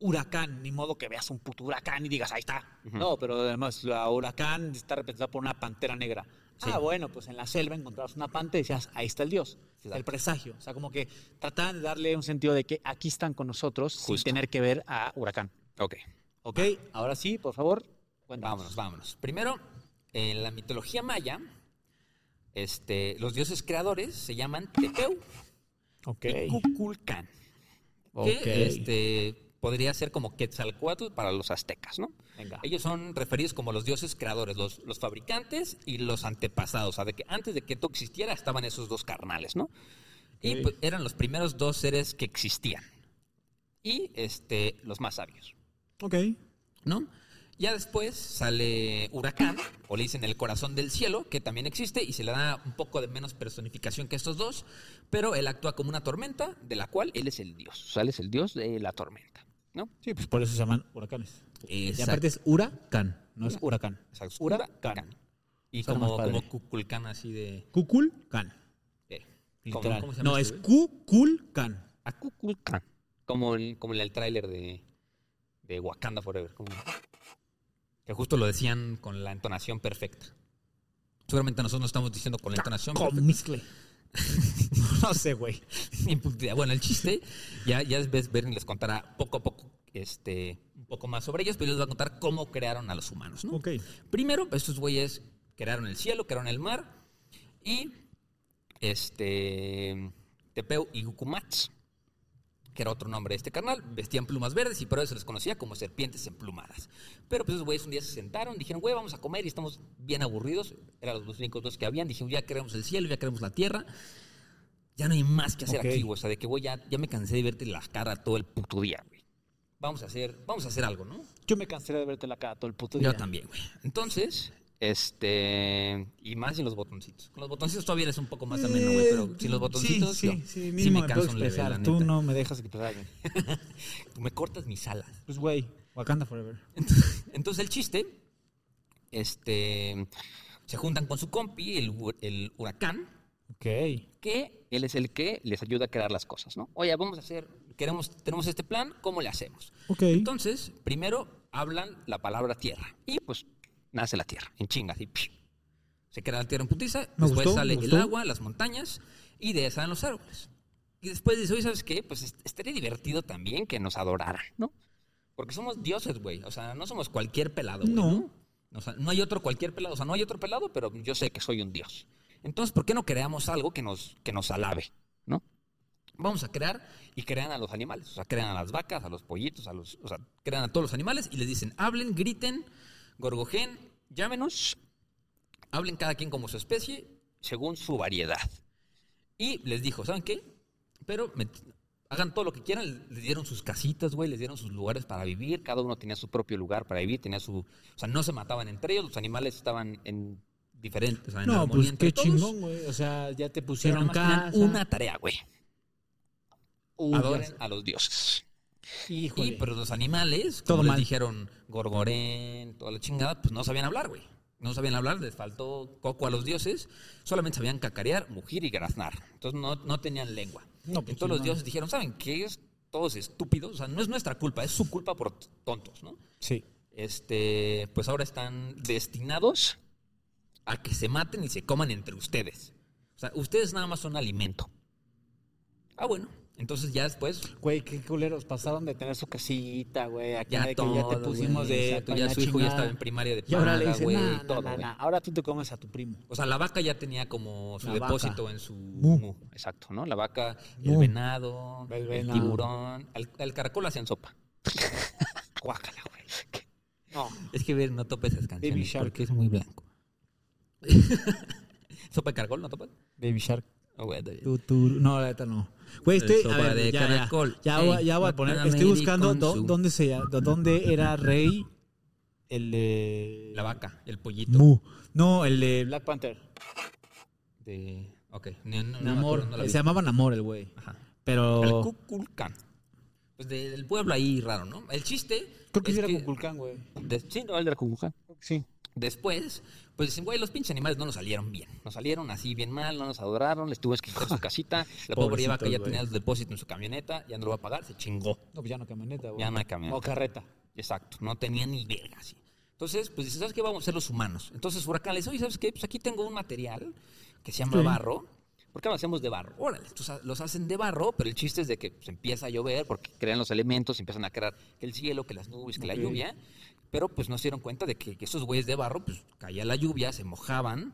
C: huracán,
D: Ni modo que veas un puto huracán y digas, ahí está. No, pero además, la huracán está representada por una pantera negra.
B: Sí.
D: Ah, bueno, pues en la selva encontrabas una pantera y decías, ahí está el dios,
B: Exacto.
D: el presagio. O sea, como que trataban de darle un sentido de que aquí están con nosotros sin
B: Justo.
D: tener que ver a huracán.
B: Ok.
D: ¿Ok? Ahora sí, por favor, cuéntanos.
B: Vámonos, vámonos. Primero, en la mitología maya, este, los dioses creadores se llaman Teteu
D: Ok.
B: y Kukulkan, que este, podría ser como Quetzalcoatl para los aztecas, ¿no?
D: Venga.
B: Ellos son referidos como los dioses creadores, los, los fabricantes y los antepasados. O sea, de que antes de que tú existiera estaban esos dos carnales, ¿no? Y pues, eran los primeros dos seres que existían. Y este, los más sabios.
C: ok,
B: ¿no? Ya después sale Huracán, o le dicen el corazón del cielo, que también existe y se le da un poco de menos personificación que estos dos, pero él actúa como una tormenta de la cual él es el dios, o sea, él es el dios de la tormenta, ¿no?
C: sí, pues por eso se llaman huracanes. Y
B: Exacto.
C: aparte es huracán, no es huracán.
B: Exacto, es
D: Huracán.
B: Y
C: Suena
B: como,
C: más padre.
B: como Kukulcán así de...
C: Cuculcán,
B: de- ¿cómo-
C: literal.
B: cómo se llama
C: no, es
B: este, güey?
C: cuculcán.
B: A Kukulcán. Como el, como en el tráiler de, de Wakanda Forever. como- que justo lo decían con la entonación perfecta. Seguramente nosotros no estamos diciendo con la entonación perfecta.
C: Comiscle. no sé, güey.
B: Ni puta idea. Bueno, el chiste, ya, ya ves, Bernie les contará poco a poco este, un poco más sobre ellos, pero yo les voy a contar cómo crearon a los humanos, ¿no?
C: Ok.
B: Primero, pues, estos güeyes crearon el cielo, crearon el mar y este Tepeu y Gukumats, que era otro nombre de este carnal, vestían plumas verdes y por eso se les conocía como serpientes emplumadas. Pero pues esos güeyes un día se sentaron, dijeron, güey, vamos a comer y estamos bien aburridos. Eran los dos únicos dos que habían. Dijeron, ya queremos el cielo, ya queremos la tierra. Ya no hay más que hacer
C: Ok.
B: aquí, güey. O sea, de que, güey, ya, ya me cansé de verte la cara todo el puto día, güey. Vamos a hacer, vamos a hacer algo, ¿no?
D: Yo me cansé de verte la cara todo el puto día.
B: Yo también, güey. Entonces, este. Y más sin los botoncitos. Con los botoncitos todavía es un poco más ameno, güey. Pero sin los botoncitos,
C: Eh, Sí,
B: yo-
C: sí, sí,
B: sí
C: mínimo
B: me
C: me
B: canso
C: puedo
B: un leve, la
C: expresar.
B: neta.
C: Tú no me dejas expresar.
B: Tú me cortas mis alas.
C: Pues, güey, Wakanda Forever.
B: Entonces, el chiste, este. Se juntan con su compi, el, hu- el huracán,
C: Ok.
B: que él es el que les ayuda a crear las cosas, ¿no? Oye, vamos a hacer, queremos, tenemos este plan, ¿cómo le hacemos?
C: Ok.
B: Entonces, primero hablan la palabra tierra. Y pues nace la tierra, en chingas. Y ¡piu! se crea la tierra en putiza.
C: Me
B: después
C: gustó,
B: sale
C: me
B: el
C: gustó.
B: agua, las montañas. Y de esa salen los árboles. Y después dice, oye, ¿sabes qué? Pues est- estaría divertido también que nos adoraran, ¿no? Porque somos dioses, güey. O sea, no somos cualquier pelado, güey.
C: No.
B: O sea, no hay otro cualquier pelado. O sea, no hay otro pelado, pero yo sé que soy un dios. Entonces, ¿por qué no creamos algo que nos, que nos alabe, ¿no? vamos a crear y crean a los animales. O sea, crean a las vacas, a los pollitos, a los, o sea, crean a todos los animales y les dicen, hablen, griten, gorgojen, llámenos, hablen cada quien como su especie, según su variedad. Y les dijo, ¿saben qué? Pero me- hagan todo lo que quieran, les dieron sus casitas, güey, les dieron sus lugares para vivir, cada uno tenía su propio lugar para vivir, tenía su... O sea, no se mataban entre ellos, los animales estaban en diferentes, o sea, en
C: No,
B: armonía
C: pues
B: entre
C: qué
B: todos,
C: chingón, güey. O sea, ya te
B: pero nada
C: pusieron
B: más
C: casa.
B: tenían una tarea, güey.
D: Uy,
B: Adoren a los dioses.
D: Híjole.
B: Y pero los animales,
C: Todo
B: como les
C: mal.
B: dijeron gorgorén, toda la chingada, pues no sabían hablar, güey. No sabían hablar, les faltó coco a los dioses, solamente sabían cacarear, mugir y graznar. Entonces no, no tenían lengua.
C: No, pues,
B: Entonces
C: no.
B: los dioses dijeron, ¿saben qué? Es todos estúpidos, o sea, no es nuestra culpa, es su culpa por t- tontos, ¿no?
C: Sí.
B: Este, pues ahora están destinados a que se maten y se coman entre ustedes. O sea, ustedes nada más son alimento. Ah, bueno. Entonces ya después
D: Güey, qué culeros. Pasaron de tener su casita, güey. Aquí
B: Ya
D: de que
B: todo,
D: ya te pusimos
B: güey,
D: de.
B: exacto,
D: pa'
B: ya
D: la
B: su hijo ya
D: chingada.
B: estaba en primaria de
D: Y ahora
B: paga,
D: le dicen,
B: güey,
D: "Nah,
B: y
D: nah,
B: todo,
D: nah,
B: güey".
D: nah, ahora tú te comes a tu primo.
B: O sea, la vaca ya tenía como su
C: La
B: depósito
C: vaca.
B: en su
C: Mu.
B: mu, exacto, ¿no? La vaca, el
C: Mu.
B: venado,
D: El
B: el,
D: venado.
B: tiburón, al, al caracol hacían sopa. Guácala, güey.
D: No.
B: Es que ver, no tope esas canciones
D: Shark.
B: porque es muy blanco. sopa de caracol, ¿no topas?
C: Baby Shark.
B: Ah, güey, está bien.
C: Tú, tú, no, la neta no. Güey, estoy.
B: sopa
C: A ver,
B: de
C: ya, ya,
B: caracol.
C: Ya,
B: Ey,
C: voy, ya voy a poner.
B: mátame
C: Estoy
B: y
C: buscando
B: con
C: dó-
B: su-
C: dónde, se, dó- dónde era rey el de.
B: La vaca, el pollito.
C: Mu. No, el de.
D: Black Panther.
B: De... Ok, no, no, no me
C: Namor.
B: acuerdo, no la vi.
C: se llamaba Namor el güey.
B: Ajá. El
C: Pero.
B: Kukulcán. pues, de- del pueblo ahí raro, ¿no? El chiste.
D: Creo que
B: es
D: sí era Cuculcán, güey.
B: de- sí, no, el de Acuculcán.
D: Sí.
B: Después, pues dicen, güey, los pinches animales no nos salieron bien. Nos salieron así bien mal, no nos adoraron, les tuvo que quitar su casita. La pobre lleva que ya
C: Pobrecitos,
B: tenía el depósito en su camioneta, ya no lo va a pagar, se chingó.
D: No, pues ya no camioneta, güey.
B: Ya no hay camioneta.
D: O carreta.
B: Exacto, no tenía ni verga, sí. Entonces, pues dice, ¿sabes qué? Vamos a ser los humanos. Entonces Huracán le dice, oye, ¿sabes qué? Pues aquí tengo un material que se llama barro. ¿Por qué lo hacemos de barro? Órale, entonces ah, los hacen de barro, pero el chiste es de que pues, empieza a llover porque crean los elementos, empiezan a crear que el cielo, que las nubes, que la lluvia. Pero pues no se dieron cuenta de que, que esos güeyes de barro, pues caía la lluvia, se mojaban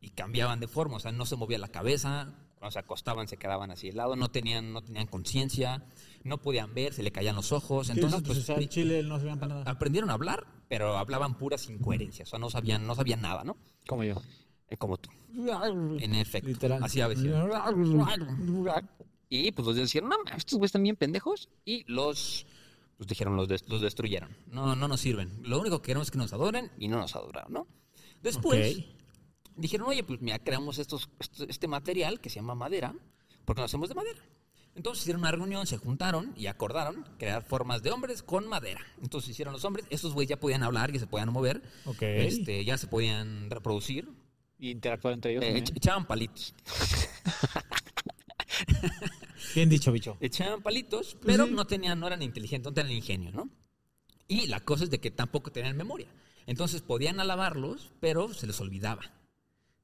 B: y cambiaban de forma. O sea, no se movía la cabeza, cuando se acostaban se quedaban así helado, no tenían, no tenían conciencia, no podían ver, se le caían los ojos. Entonces,
C: pues,
B: pues,
C: o sea, en Chile no se vean para nada.
B: aprendieron a hablar, pero hablaban puras incoherencias, o sea, no sabían, no sabían nada, ¿no?
D: Como yo.
B: Eh, Como tú. En efecto.
C: Literal.
B: Así a veces. Y pues los dioses dijeron, no, mames, estos güeyes están bien pendejos. Y los, pues dijeron, los, des- los destruyeron. No, no nos sirven. Lo único que queremos es que nos adoren y no nos adoraron, ¿no? Después,
C: Ok.
B: dijeron, oye, pues mira, creamos estos, esto- este material que se llama madera, porque lo hacemos de madera. Entonces hicieron una reunión, se juntaron y acordaron crear formas de hombres con madera. Entonces hicieron los hombres, estos güeyes ya podían hablar, ya se podían mover,
C: Ok.
B: este, ya se podían reproducir,
D: Y interactuar entre ellos.
B: Eh,
D: también.
B: ech- echaban palitos.
C: Bien dicho, bicho.
B: echaban palitos, pero no tenían, no eran inteligentes, no tenían ingenio, ¿no? Y la cosa es de que tampoco tenían memoria. Entonces podían alabarlos, pero se les olvidaba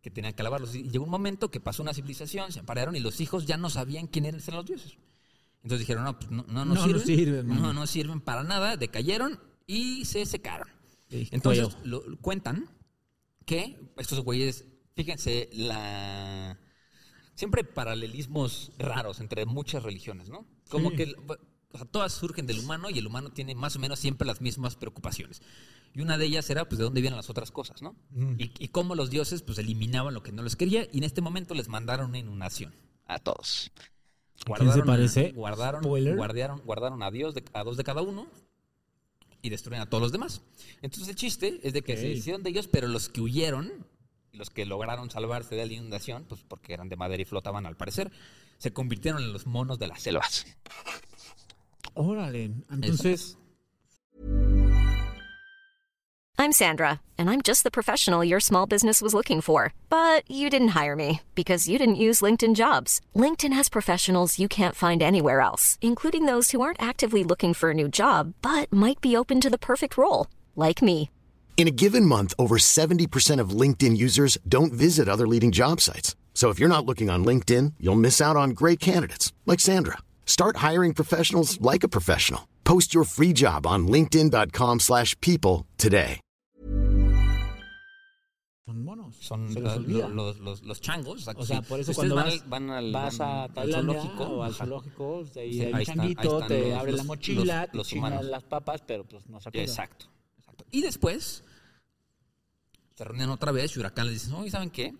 B: que tenían que alabarlos. Y llegó un momento que pasó una civilización, se pararon y los hijos ya no sabían quién eran eran los dioses. Entonces dijeron, no, pues no, no, nos
C: No
B: sirven,
C: nos sirven,
B: no
C: mano.
B: nos sirven para nada, decayeron y se secaron.
C: Sí,
B: Entonces
C: cuello.
B: lo, lo cuentan que estos güeyes, fíjense, la siempre hay paralelismos raros entre muchas religiones, ¿no? Como
C: Sí.
B: que o sea, todas surgen del humano y el humano tiene más o menos siempre las mismas preocupaciones. Y una de ellas era, pues, de dónde vienen las otras cosas, ¿no?
C: Mm.
B: Y, y cómo los dioses, pues, eliminaban lo que no les quería y en este momento les mandaron una inundación a todos.
C: se
B: a-
C: parece?
B: guardaron,
C: Spoiler.
B: guardaron, guardaron a, Dios de- a dos de cada uno y destruyen a todos los demás. Entonces el chiste es de que se
C: Ok.
B: hicieron de ellos, pero los que huyeron, y los que lograron salvarse de la inundación, pues porque eran de madera y flotaban al parecer, se convirtieron en los monos de las selvas.
C: Órale. Entonces,
G: I'm Sandra, and I'm just the professional your small business was looking for. But you didn't hire me because you didn't use LinkedIn jobs. LinkedIn has professionals you can't find anywhere else, including those who aren't actively looking for a new job but might be open to the perfect role, like me.
H: In a given month, over 70% of LinkedIn users don't visit other leading job sites. So if you're not looking on LinkedIn, you'll miss out on great candidates like Sandra. Start hiring professionals like a professional. Post your free job on linkedin.com/people slash people today.
C: son monos.
B: Son
C: Se les
B: la-
C: olvida.
B: lo- los, los- los changos.
D: O sea, por eso
B: Ustedes
D: cuando
B: van
D: vas-
B: al- van, al,
D: Vas
B: van
D: a
B: al
D: Tailandia
B: mm, zoológico,
D: o al
B: ajá.
D: zoológico, de ahí
B: Sí,
D: hay
B: ahí
D: un
B: están-
D: changuito,
B: ahí están
D: te
B: los-
D: abre la
B: los-
D: mochila,
B: los-
D: te
B: los
D: chingan
B: humanos.
D: las papas, pero pues no se acuerda.
B: Exacto, exacto. Y después se reunieron otra vez y Huracán les dice, oye, ¿saben qué?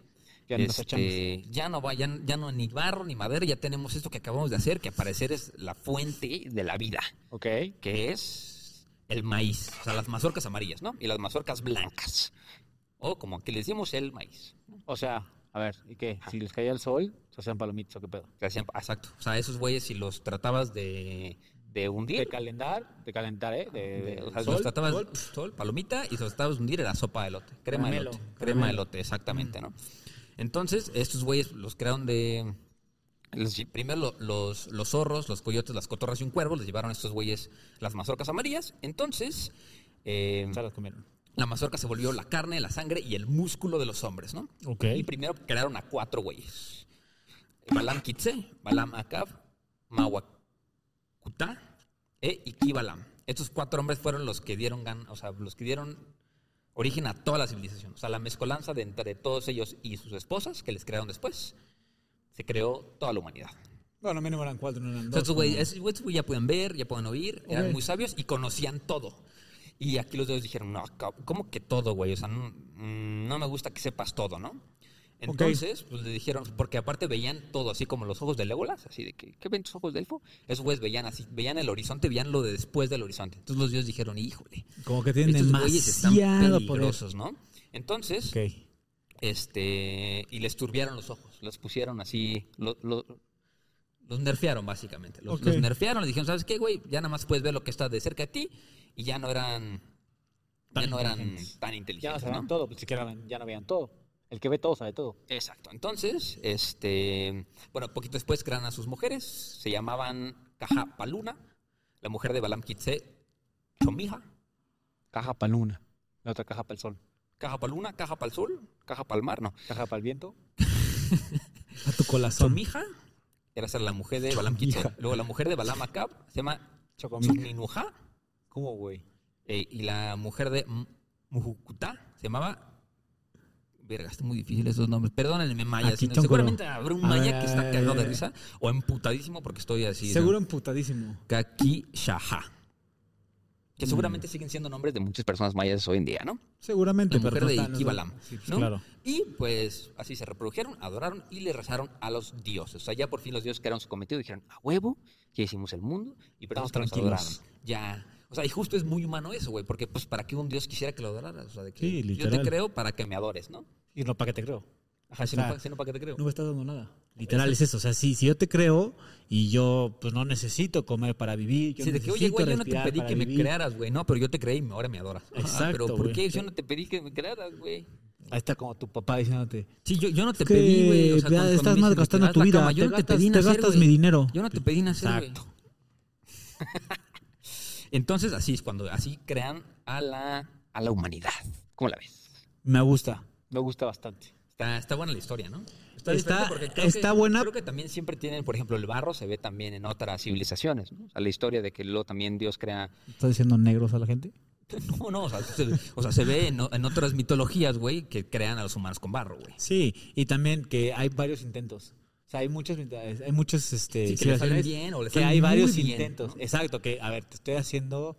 D: Ya nos
B: Este, ya no va, ya, ya no ni barro ni madera, ya tenemos esto que acabamos de hacer, que al parecer es la fuente de la vida,
D: Ok.
B: que es el maíz, o sea, las mazorcas amarillas, ¿no? Y las mazorcas blancas, o como aquí le decimos el maíz.
D: O sea, a ver, ¿y qué? Si les caía el sol, se hacían palomitas o qué pedo.
B: Que hacían- exacto, o sea, esos güeyes si los tratabas de, de hundir,
D: De calentar, de calentar, ¿eh? De, de-
B: O sea,
D: sol,
B: los tratabas
D: sol,
B: sol, palomita y los tratabas de hundir era sopa de elote, crema de
D: Caramelo,
B: elote, crema de elote, exactamente, ¿no? Entonces, estos güeyes los crearon de los- primero lo- los, los zorros, los coyotes, las cotorras y un cuervo, les llevaron a estos güeyes las mazorcas amarillas. Entonces, eh,
D: se las comieron.
B: la mazorca se volvió la carne, la sangre y el músculo de los hombres, ¿no?
C: Ok.
B: Y primero crearon a cuatro güeyes. Balam Kitse, Balam Akab, Mawakuta e Ikibalam. Estos cuatro hombres fueron los que dieron gan- o sea, los que dieron origen a toda la civilización. O sea, la mezcolanza de entre todos ellos y sus esposas que les crearon después, se creó toda la humanidad.
C: Bueno, mínimo eran cuatro, no eran
B: O sea,
C: dos.
B: estos güeyes estos güeyes ya podían ver, ya podían oír, eran
C: Ok.
B: muy sabios y conocían todo. Y aquí los dos dijeron, no, cab- ¿cómo que todo, güey? O sea, no, mm, no me gusta que sepas todo, ¿no? Entonces, pues le dijeron, porque aparte veían todo, así como los ojos de Legolas, así de que, ¿qué ven tus ojos de elfo? Esos güeyes veían así, veían el horizonte, veían lo de después del horizonte. Entonces los dioses dijeron, híjole,
C: Como que tienen
B: estos güeyes están
C: demasiado poder.
B: peligrosos, ¿no? Entonces,
C: Ok.
B: este, y les turbiaron los ojos, los pusieron así, lo- lo- los, Los nerfearon, básicamente. Los,
C: Ok.
B: los nerfearon, les dijeron, ¿sabes qué, güey? Ya nada más puedes ver lo que está de cerca a ti y ya no eran.
C: Tan
B: ya no eran
C: inteligentes.
B: tan
D: Ya no
B: inteligentes,
D: sabían
B: ¿no?
D: todo, pues, siquiera ven- ya no veían todo. El que ve todo sabe todo.
B: Exacto. Entonces, este, bueno, poquito después crean a sus mujeres, se llamaban Caja Paluna, la mujer de Balam Kitse Chomija,
D: Caja para luna, la otra caja para el sol,
B: Caja Paluna, Caja Pal Sol, Caja Pal Mar, no.
D: caja para el viento.
C: A tu corazón.
B: Chomija era ser la mujer de Balam Kitse.
C: Chomija.
B: Luego la mujer de Balam Acab se llama
D: Chocomil.
B: Chominuja
D: ¿Cómo, güey?
B: eh, y la mujer de M- Mujucutá se llamaba Verga, está muy difícil esos nombres. Perdónenme, Maya.
C: Aquí,
B: si no-
C: Tóncolo.
B: seguramente habrá un
C: A
B: Maya
C: ver,
B: que está
C: a
B: cagado de
C: ver.
B: risa o emputadísimo porque estoy así. ¿no?
C: Seguro emputadísimo.
B: Kaki Shaha. Que seguramente siguen siendo nombres de muchas personas mayas hoy en día, ¿no?
C: Seguramente,
B: La
C: pero
B: mujer de
C: no está- no está-
B: Iquibalam.
C: Sí, pues,
B: ¿no?
C: Claro.
B: Y pues así se reprodujeron, adoraron y le rezaron a los dioses. O sea, ya por fin los dioses crearon su cometido y dijeron, a huevo, ya hicimos el mundo y por eso
D: Estamos
B: es que nos
D: tranquilos.
B: adoraron. Ya. O sea, y justo es muy humano eso, güey, porque pues para qué un dios quisiera que lo adoraras. O sea, de que yo
C: Sí,
B: te
C: literal.
B: creo para que me adores, ¿no?
D: Y no, ¿para qué te creo?
B: Ajá, si
C: sea,
B: no, pa- si no, ¿para qué te creo?
C: No me estás dando nada. Literal es eso. O sea, sí, si yo te creo y yo pues no necesito comer para vivir. Yo
B: Sí, de que, oye,
C: necesito
B: güey, yo no te
C: respirar
B: pedí
C: para
B: que me
C: vivir.
B: crearas, güey. No, pero yo te creí y ahora me adoras. Ah,
C: Exacto,
B: pero ¿por
C: güey.
B: qué yo no te pedí que me crearas, güey?
D: Ahí está como tu papá diciéndote,
B: Sí, yo, yo no te
C: que
B: pedí, güey. O sea,
C: ya
B: cuando-
C: estás
B: cuando me dicen,
C: malgastando
B: "Me
C: tu
B: das la
C: vida,
B: cama", yo
C: te
B: no
C: gastas-
B: pedí
C: te
B: nacer,
C: gastas
B: güey.
C: mi dinero.
B: Yo no te pedí nacer, güey.
C: Exacto.
B: Entonces, así es cuando así crean a la, a la humanidad. ¿Cómo la ves?
C: Me gusta.
D: me gusta bastante.
B: Está, está buena la historia, ¿no?
C: Está-
B: diferente creo
C: está
B: que-
C: buena.
B: Creo que también siempre tienen, por ejemplo, el barro se ve también en otras civilizaciones, ¿no? O sea, la historia de que luego también Dios crea
C: ¿Estás diciendo negros a la gente?
B: No, no, o sea, se, o sea, se ve en, en otras mitologías, güey, que crean a los humanos con barro, güey.
C: Sí, y también que hay varios intentos. O sea, hay muchas mitades, hay muchos este
B: Sí, que le salen
C: situaciones
B: bien o le
C: que
B: salen
C: hay
B: muy
C: varios
B: bien,
C: intentos.
B: ¿no?
C: Exacto, que a ver, te estoy haciendo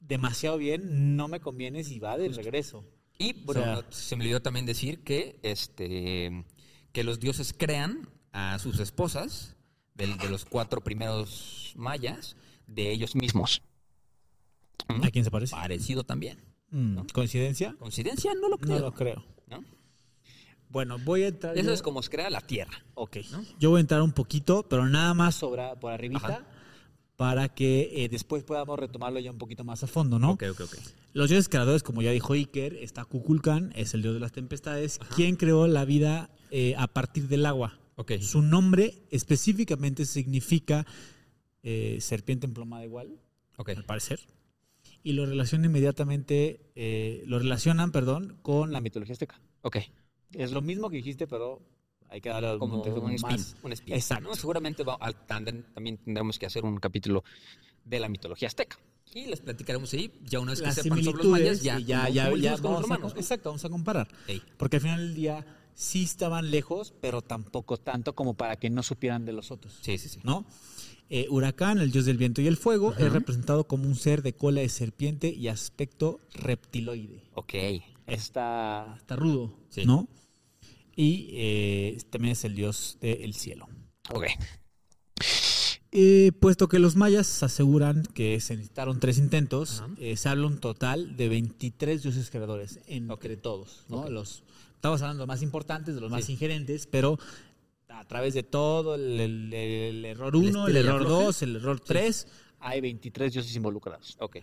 C: demasiado bien, no me convienes y va de regreso.
B: Y bueno,
C: O sea-
B: no, se me olvidó también decir que este que los dioses crean a sus esposas del- de los cuatro primeros mayas de ellos mismos. ¿Mm?
C: ¿A quién se parece?
B: Parecido también.
C: Mm, ¿Coincidencia?
B: ¿Coincidencia? No lo
C: No
B: creo.
C: lo creo.
B: ¿no?
C: Bueno, voy a entrar
B: Eso
C: yo,
B: es como se crea la tierra.
D: Ok.
C: yo voy a entrar un poquito, pero nada más
D: Sobra por arribita
B: Ajá.
C: para que eh,
D: después podamos retomarlo ya un poquito más
C: más a fondo, ¿no?
B: ok, ok.
C: Los dioses creadores, como ya dijo Iker, está Kukulkan, es el dios de las tempestades, quien creó la vida eh, a partir del agua.
B: Ok.
C: Su nombre específicamente significa eh, serpiente emplomada igual,
B: Ok.
C: al parecer. Y lo relaciona inmediatamente, eh, lo relacionan, perdón, con
D: con la
C: la...
D: mitología azteca.
B: Ok.
D: Es lo mismo que dijiste, pero hay que darle algún
B: Como
D: contexto
B: un spin.
D: más.
B: un spin,
C: Exacto.
B: ¿no? Seguramente va- al- tanden- también tendremos que hacer un capítulo de la mitología azteca. Y les platicaremos ahí, ya una vez que
C: las
B: sepan sobre los mayas,
C: similitudes.
B: ya,
C: y
B: como-
C: ya, ya,
B: como
C: ya
B: hicimos con los
C: vamos a-
B: romanos. ¿no?
C: exacto, vamos a comparar.
B: Ey,
C: Porque al final del día sí estaban lejos,
D: Pero tampoco tanto como para que no supieran de los otros.
B: Sí, sí, sí.
C: ¿no? Eh, huracán, el dios del viento y el fuego, es representado como un ser de cola de serpiente y aspecto reptiloide.
B: Ok.
D: Está
C: Está rudo,
B: Sí.
C: ¿no? Y eh, también es el dios del cielo.
B: Ok.
C: Eh, puesto que los mayas aseguran que se necesitaron tres intentos, eh, se habla un total de 23 dioses creadores, entre todos. ¿no? Los, estamos hablando de los más importantes, de los más ingerentes, pero a través de todo, el, el- el error
B: El
C: 1, el,
B: estira y
C: error
B: afloje.
C: 2, el error 3,
D: hay 23 dioses involucrados.
B: Ok.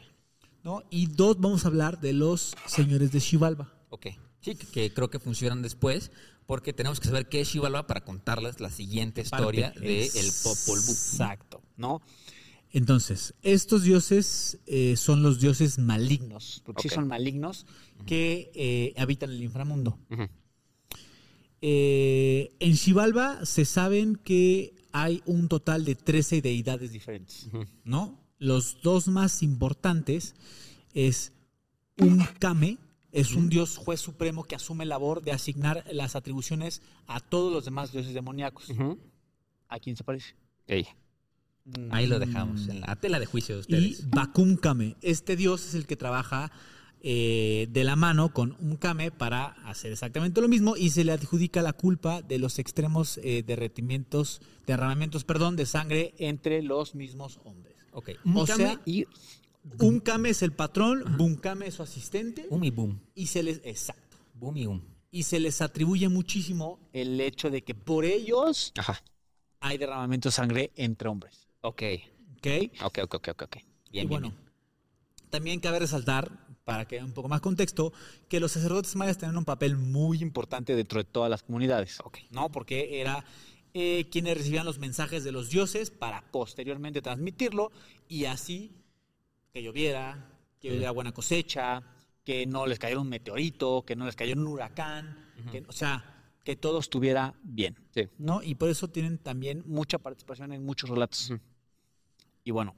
C: ¿no? Y dos, vamos a hablar de los señores de Xibalba.
B: Ok. Sí, que, que creo que funcionan después, porque tenemos que saber qué es Shivalba para contarles la siguiente historia
C: Parte.
B: de El Popol Vuh.
D: Exacto, ¿no?
C: Entonces, estos dioses eh, son los dioses
D: Malignos,
C: malignos
D: porque sí
B: Ok.
D: son malignos.
C: que eh, habitan el inframundo.
B: Ujú.
C: Eh, en Xibalba se saben que hay un total de 13 deidades
D: Es diferentes.
C: ¿no? Los dos más importantes es un Kame, es un dios juez supremo que asume labor de asignar las atribuciones a todos los demás dioses demoníacos.
B: Ujú.
D: ¿A quién se parece?
B: Ey, Ahí lo dejamos, en la tela de juicio de
C: Y
B: ustedes.
C: Bakum Kame, este dios es el que trabaja eh, de la mano con un Kame para hacer exactamente lo mismo y se le adjudica la culpa de los extremos eh, derretimientos, derramamientos, perdón, de sangre entre los mismos hombres.
B: Ok.
C: O
B: Mukame
C: sea,
B: y
C: Un Kame es el patrón, Bum Kame es su asistente
B: um y boom.
C: y se les exacto
B: Boom y um.
C: y se les atribuye muchísimo
D: El hecho de que por ellos
B: Ajá.
D: hay derramamiento de sangre entre hombres.
B: Ok,
C: ¿ok?
B: ok, ok, ok, ok. ok. Bien,
C: y
B: bien,
C: bueno,
B: bien.
C: también cabe resaltar, para que haya un poco más contexto, que los sacerdotes mayas tenían un papel muy importante dentro de todas las comunidades.
B: Ok.
C: ¿no? Porque era eh, quienes recibían los mensajes de los dioses para posteriormente transmitirlo y así que lloviera, que hubiera buena cosecha, que no les cayera un meteorito, que no les cayera un huracán, que- o sea, que todo estuviera bien.
B: Sí.
C: ¿no? Y por eso tienen también mucha participación en muchos relatos.
B: Ujú.
C: Y bueno,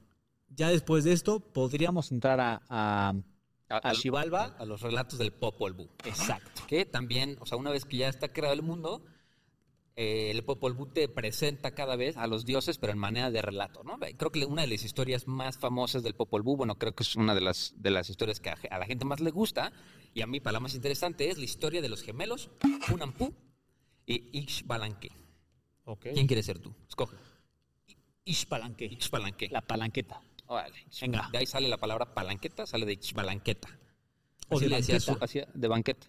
C: ya después de esto podríamos entrar a... a-
B: A,
C: a Xibalba.
B: a- a los relatos del Popol Vuh.
C: exacto.
B: Que también, o sea, una vez que ya está creado el mundo, eh, el Popol Vuh te presenta cada vez a los dioses, pero en manera de relato, ¿no? Ve, Creo que una de las historias más famosas del Popol Vuh, bueno, creo que es una de las, de las historias que a, a la gente más le gusta, y a mí para la más interesante, es la historia de los gemelos Hunampú y Ixbalanque. ¿Quién quieres ser tú? Escoge.
C: Ixpalanque,
B: Ixbalanque.
D: La palanqueta.
B: Órale.
D: Venga.
B: De ahí sale la palabra palanqueta, sale de Ixbalanqueta.
C: O
B: Así
C: de
B: le decía
C: banqueta.
B: su- hacía- de banqueta.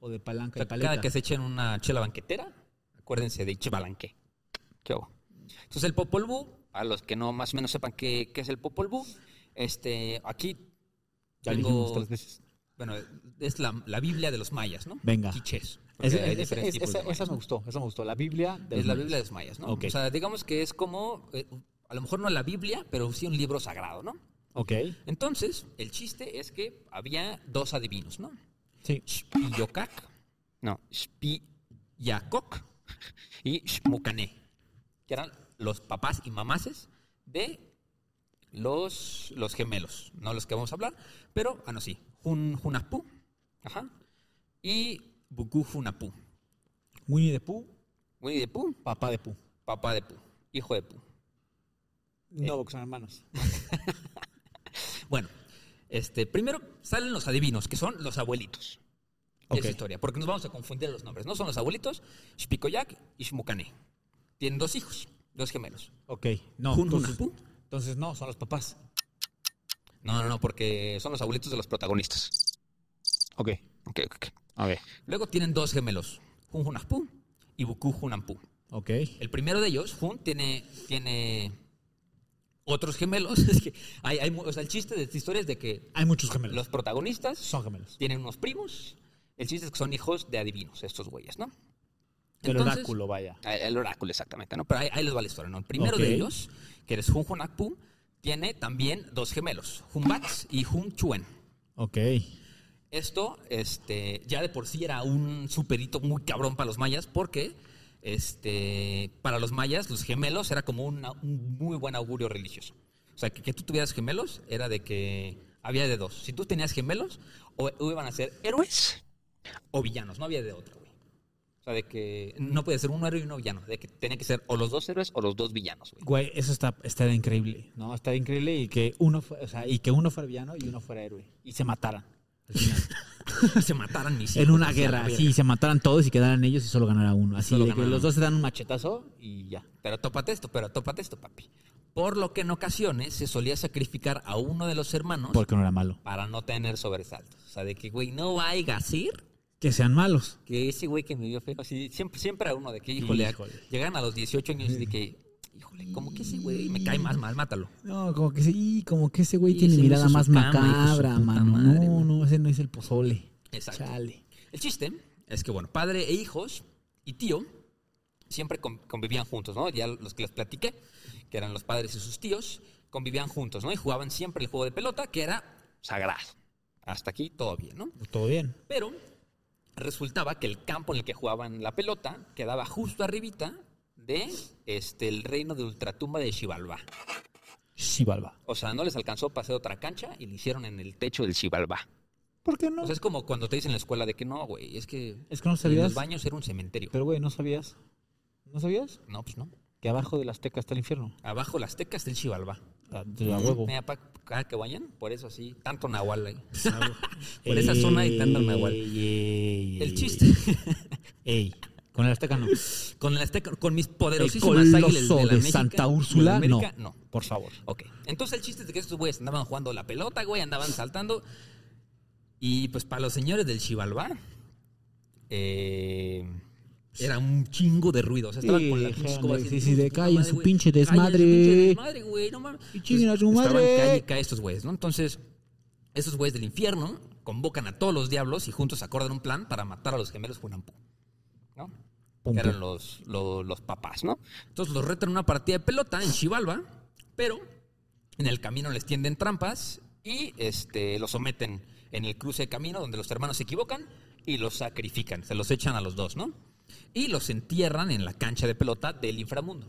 C: o de
B: O
C: palanca,
B: sea,
C: de paleta.
B: Cada que se echen una chela banquetera, acuérdense de Ichibalanque. ¿Qué hubo? Entonces el Popol Vuh, a los que no más o menos sepan qué, qué es el Popol Vuh, este, aquí
D: Ya
B: tengo-
D: dijimos tres veces.
B: bueno, es la, la Biblia de los mayas, ¿no?
C: Venga.
B: Quichés.
C: Es-
B: porque hay
C: es-
B: diferentes
D: Es-
B: tipos de
D: esa,
B: mayas,
D: esa me
B: ¿no?
D: gustó, esa me gustó. La Biblia de
B: Es la
D: los
B: Biblia de los mayas, ¿no?
C: Ok.
B: O sea, digamos que es como, eh, a lo mejor no la Biblia, pero sí un libro sagrado, ¿no?
C: Ok.
B: Entonces, el chiste es que había dos adivinos, ¿no?
C: Sí.
B: Shpiyocac, no, Shpiyacoc y Shmucané, que eran los papás y mamases de los, los gemelos, no los que vamos a hablar, pero, ah, no, sí, Jun, Junapú, ajá, y Buku Junapú,
C: Winnie the Pooh,
B: Winnie de Pú,
C: papá de Pooh.
B: papá de Pú, hijo de Pú.
D: No, porque son hermanos.
B: Bueno, este, primero salen los adivinos, que son los abuelitos. de esa
C: Ok.
B: historia, porque nos vamos a confundir los nombres, ¿no? Son los abuelitos, Shpikoyak y Shmukané. Tienen dos hijos, dos gemelos.
C: Ok. No,
B: Jun, Jun,
C: entonces,
B: Pooh.
C: entonces no, son los papás.
B: No, no, no, porque son los abuelitos de los protagonistas.
D: Ok,
B: Ok, ok, ok.
D: a ver.
B: Luego tienen dos gemelos, Jun Junaspú y Buku Junampú.
C: Ok.
B: El primero de ellos, Jun, tiene, tiene otros gemelos. Es que hay, hay mu- o sea, el chiste de esta historia es de que
C: Hay muchos gemelos.
B: los protagonistas
C: Son gemelos.
B: tienen unos primos. El chiste es que son hijos de adivinos, estos güeyes, ¿no?
C: Del
B: Entonces-
C: oráculo, vaya.
B: Ah, El oráculo, exactamente, ¿no? Pero ahí, ahí les va la historia, ¿no? El primero
C: Ok.
B: de ellos, que es Jun Hunakpu, tiene también dos gemelos, Humbats y Hun Chuen.
C: Ok.
B: Esto, este, ya de por sí era un superhito muy cabrón para los mayas, porque este, para los mayas, los gemelos era como una- un muy buen augurio religioso. O sea, que, que tú tuvieras gemelos era de que había de dos. Si tú tenías gemelos, o, o iban a ser héroes o villanos, no había de otra, güey. O sea, de que no puede ser un héroe y uno villano, de que tenía que ser o los dos héroes o los dos villanos, güey.
C: Güey, eso está, está increíble. No, está increíble y que uno, fue- o sea, y que uno fuera villano y uno fuera héroe. Y se mataran. al final.
B: se mataran mis
C: en
B: hijos,
C: una
B: así a la
C: guerra,
B: verga.
C: sí, se mataran todos y quedaran ellos y solo ganara uno. Así
B: Solo
C: de que
B: ganara
C: los
B: uno.
C: dos se dan un machetazo y ya.
B: Pero tópate esto, pero tópate esto, papi. Por lo que en ocasiones se solía sacrificar a uno de los hermanos
C: Porque no era malo.
B: para no tener sobresaltos. O sea, de que, güey, no vaya a decir
C: Que sean malos.
B: que ese güey que me vio feo. Así, siempre, siempre a uno de que, híjole,
C: Híjole.
B: llegan a los 18 años y de que, híjole, como que ese güey me cae más mal, mátalo.
C: No, como que, sí, como que ese güey
B: Y
C: tiene
B: se me
C: mirada
B: hizo su
C: más
B: cama, hijo de su
C: macabra,
B: puta
C: mano.
B: madre,
C: no,
B: güey.
C: no, ese no es el pozole.
B: Exacto.
C: Chale.
B: El chiste es que, bueno, padre e hijos y tío siempre con- convivían juntos, ¿no? Ya los que les platiqué, que eran los padres y sus tíos, convivían juntos, ¿no? Y jugaban siempre el juego de pelota, que era sagrado. Hasta aquí todo bien, ¿no?
C: Todo bien.
B: Pero resultaba que el campo en el que jugaban la pelota quedaba justo arribita de este el reino de ultratumba de Xibalbá.
C: Xibalba.
B: O sea, no les alcanzó para hacer otra cancha y lo hicieron en el techo del Xibalbá.
C: ¿Por qué no?
B: O sea, es como cuando te dicen en la escuela de que no, güey, es que
C: es que no
B: en
C: sabías.
B: los baños era un cementerio.
C: Pero, güey, no sabías. ¿No sabías?
B: No, pues no.
C: Que abajo de la Azteca está el infierno.
B: Abajo las tecas del Chivalba.
C: Ah, De la huevo.
B: Mira, pa- cada que vayan, por eso así, tanto nahual ahí. por esa zona hay tanto nahual. El chiste,
C: Ey, con el Azteca no.
B: con el azteca- con mis
C: El
B: poderosísimas águilas de
C: coloso
B: la
C: de,
B: América- de
C: Santa
B: la
C: Úrsula, no.
B: América, no.
C: Por favor.
B: Ok. Entonces el chiste es de que estos güeyes andaban jugando la pelota, güey, andaban saltando. Y pues para los señores del Chivalba, Era un chingo de ruido. O sea, estaban
C: Sí,
B: con la pinche
C: déjame,
B: escoba así,
C: sí, sí, de
B: "Puta
C: callen
B: madre,
C: su
B: güey,
C: pinche
B: callen su
C: desmadre".
B: pinche desmadre, güey, no mames.
C: Y chinguen a su
B: Entonces,
C: madre.
B: Estaban calle y calle estos güeyes, ¿no? Entonces, esos güeyes del infierno convocan a todos los diablos y juntos acordan un plan para matar a los gemelos Funampu. ¿No? Que eran los, los, los papás, ¿no? Entonces los retan en una partida de pelota en Chivalba, pero en el camino les tienden trampas y este, los someten en el cruce de camino donde los hermanos se equivocan y los sacrifican, se los echan a los dos, ¿no? Y los entierran en la cancha de pelota del inframundo.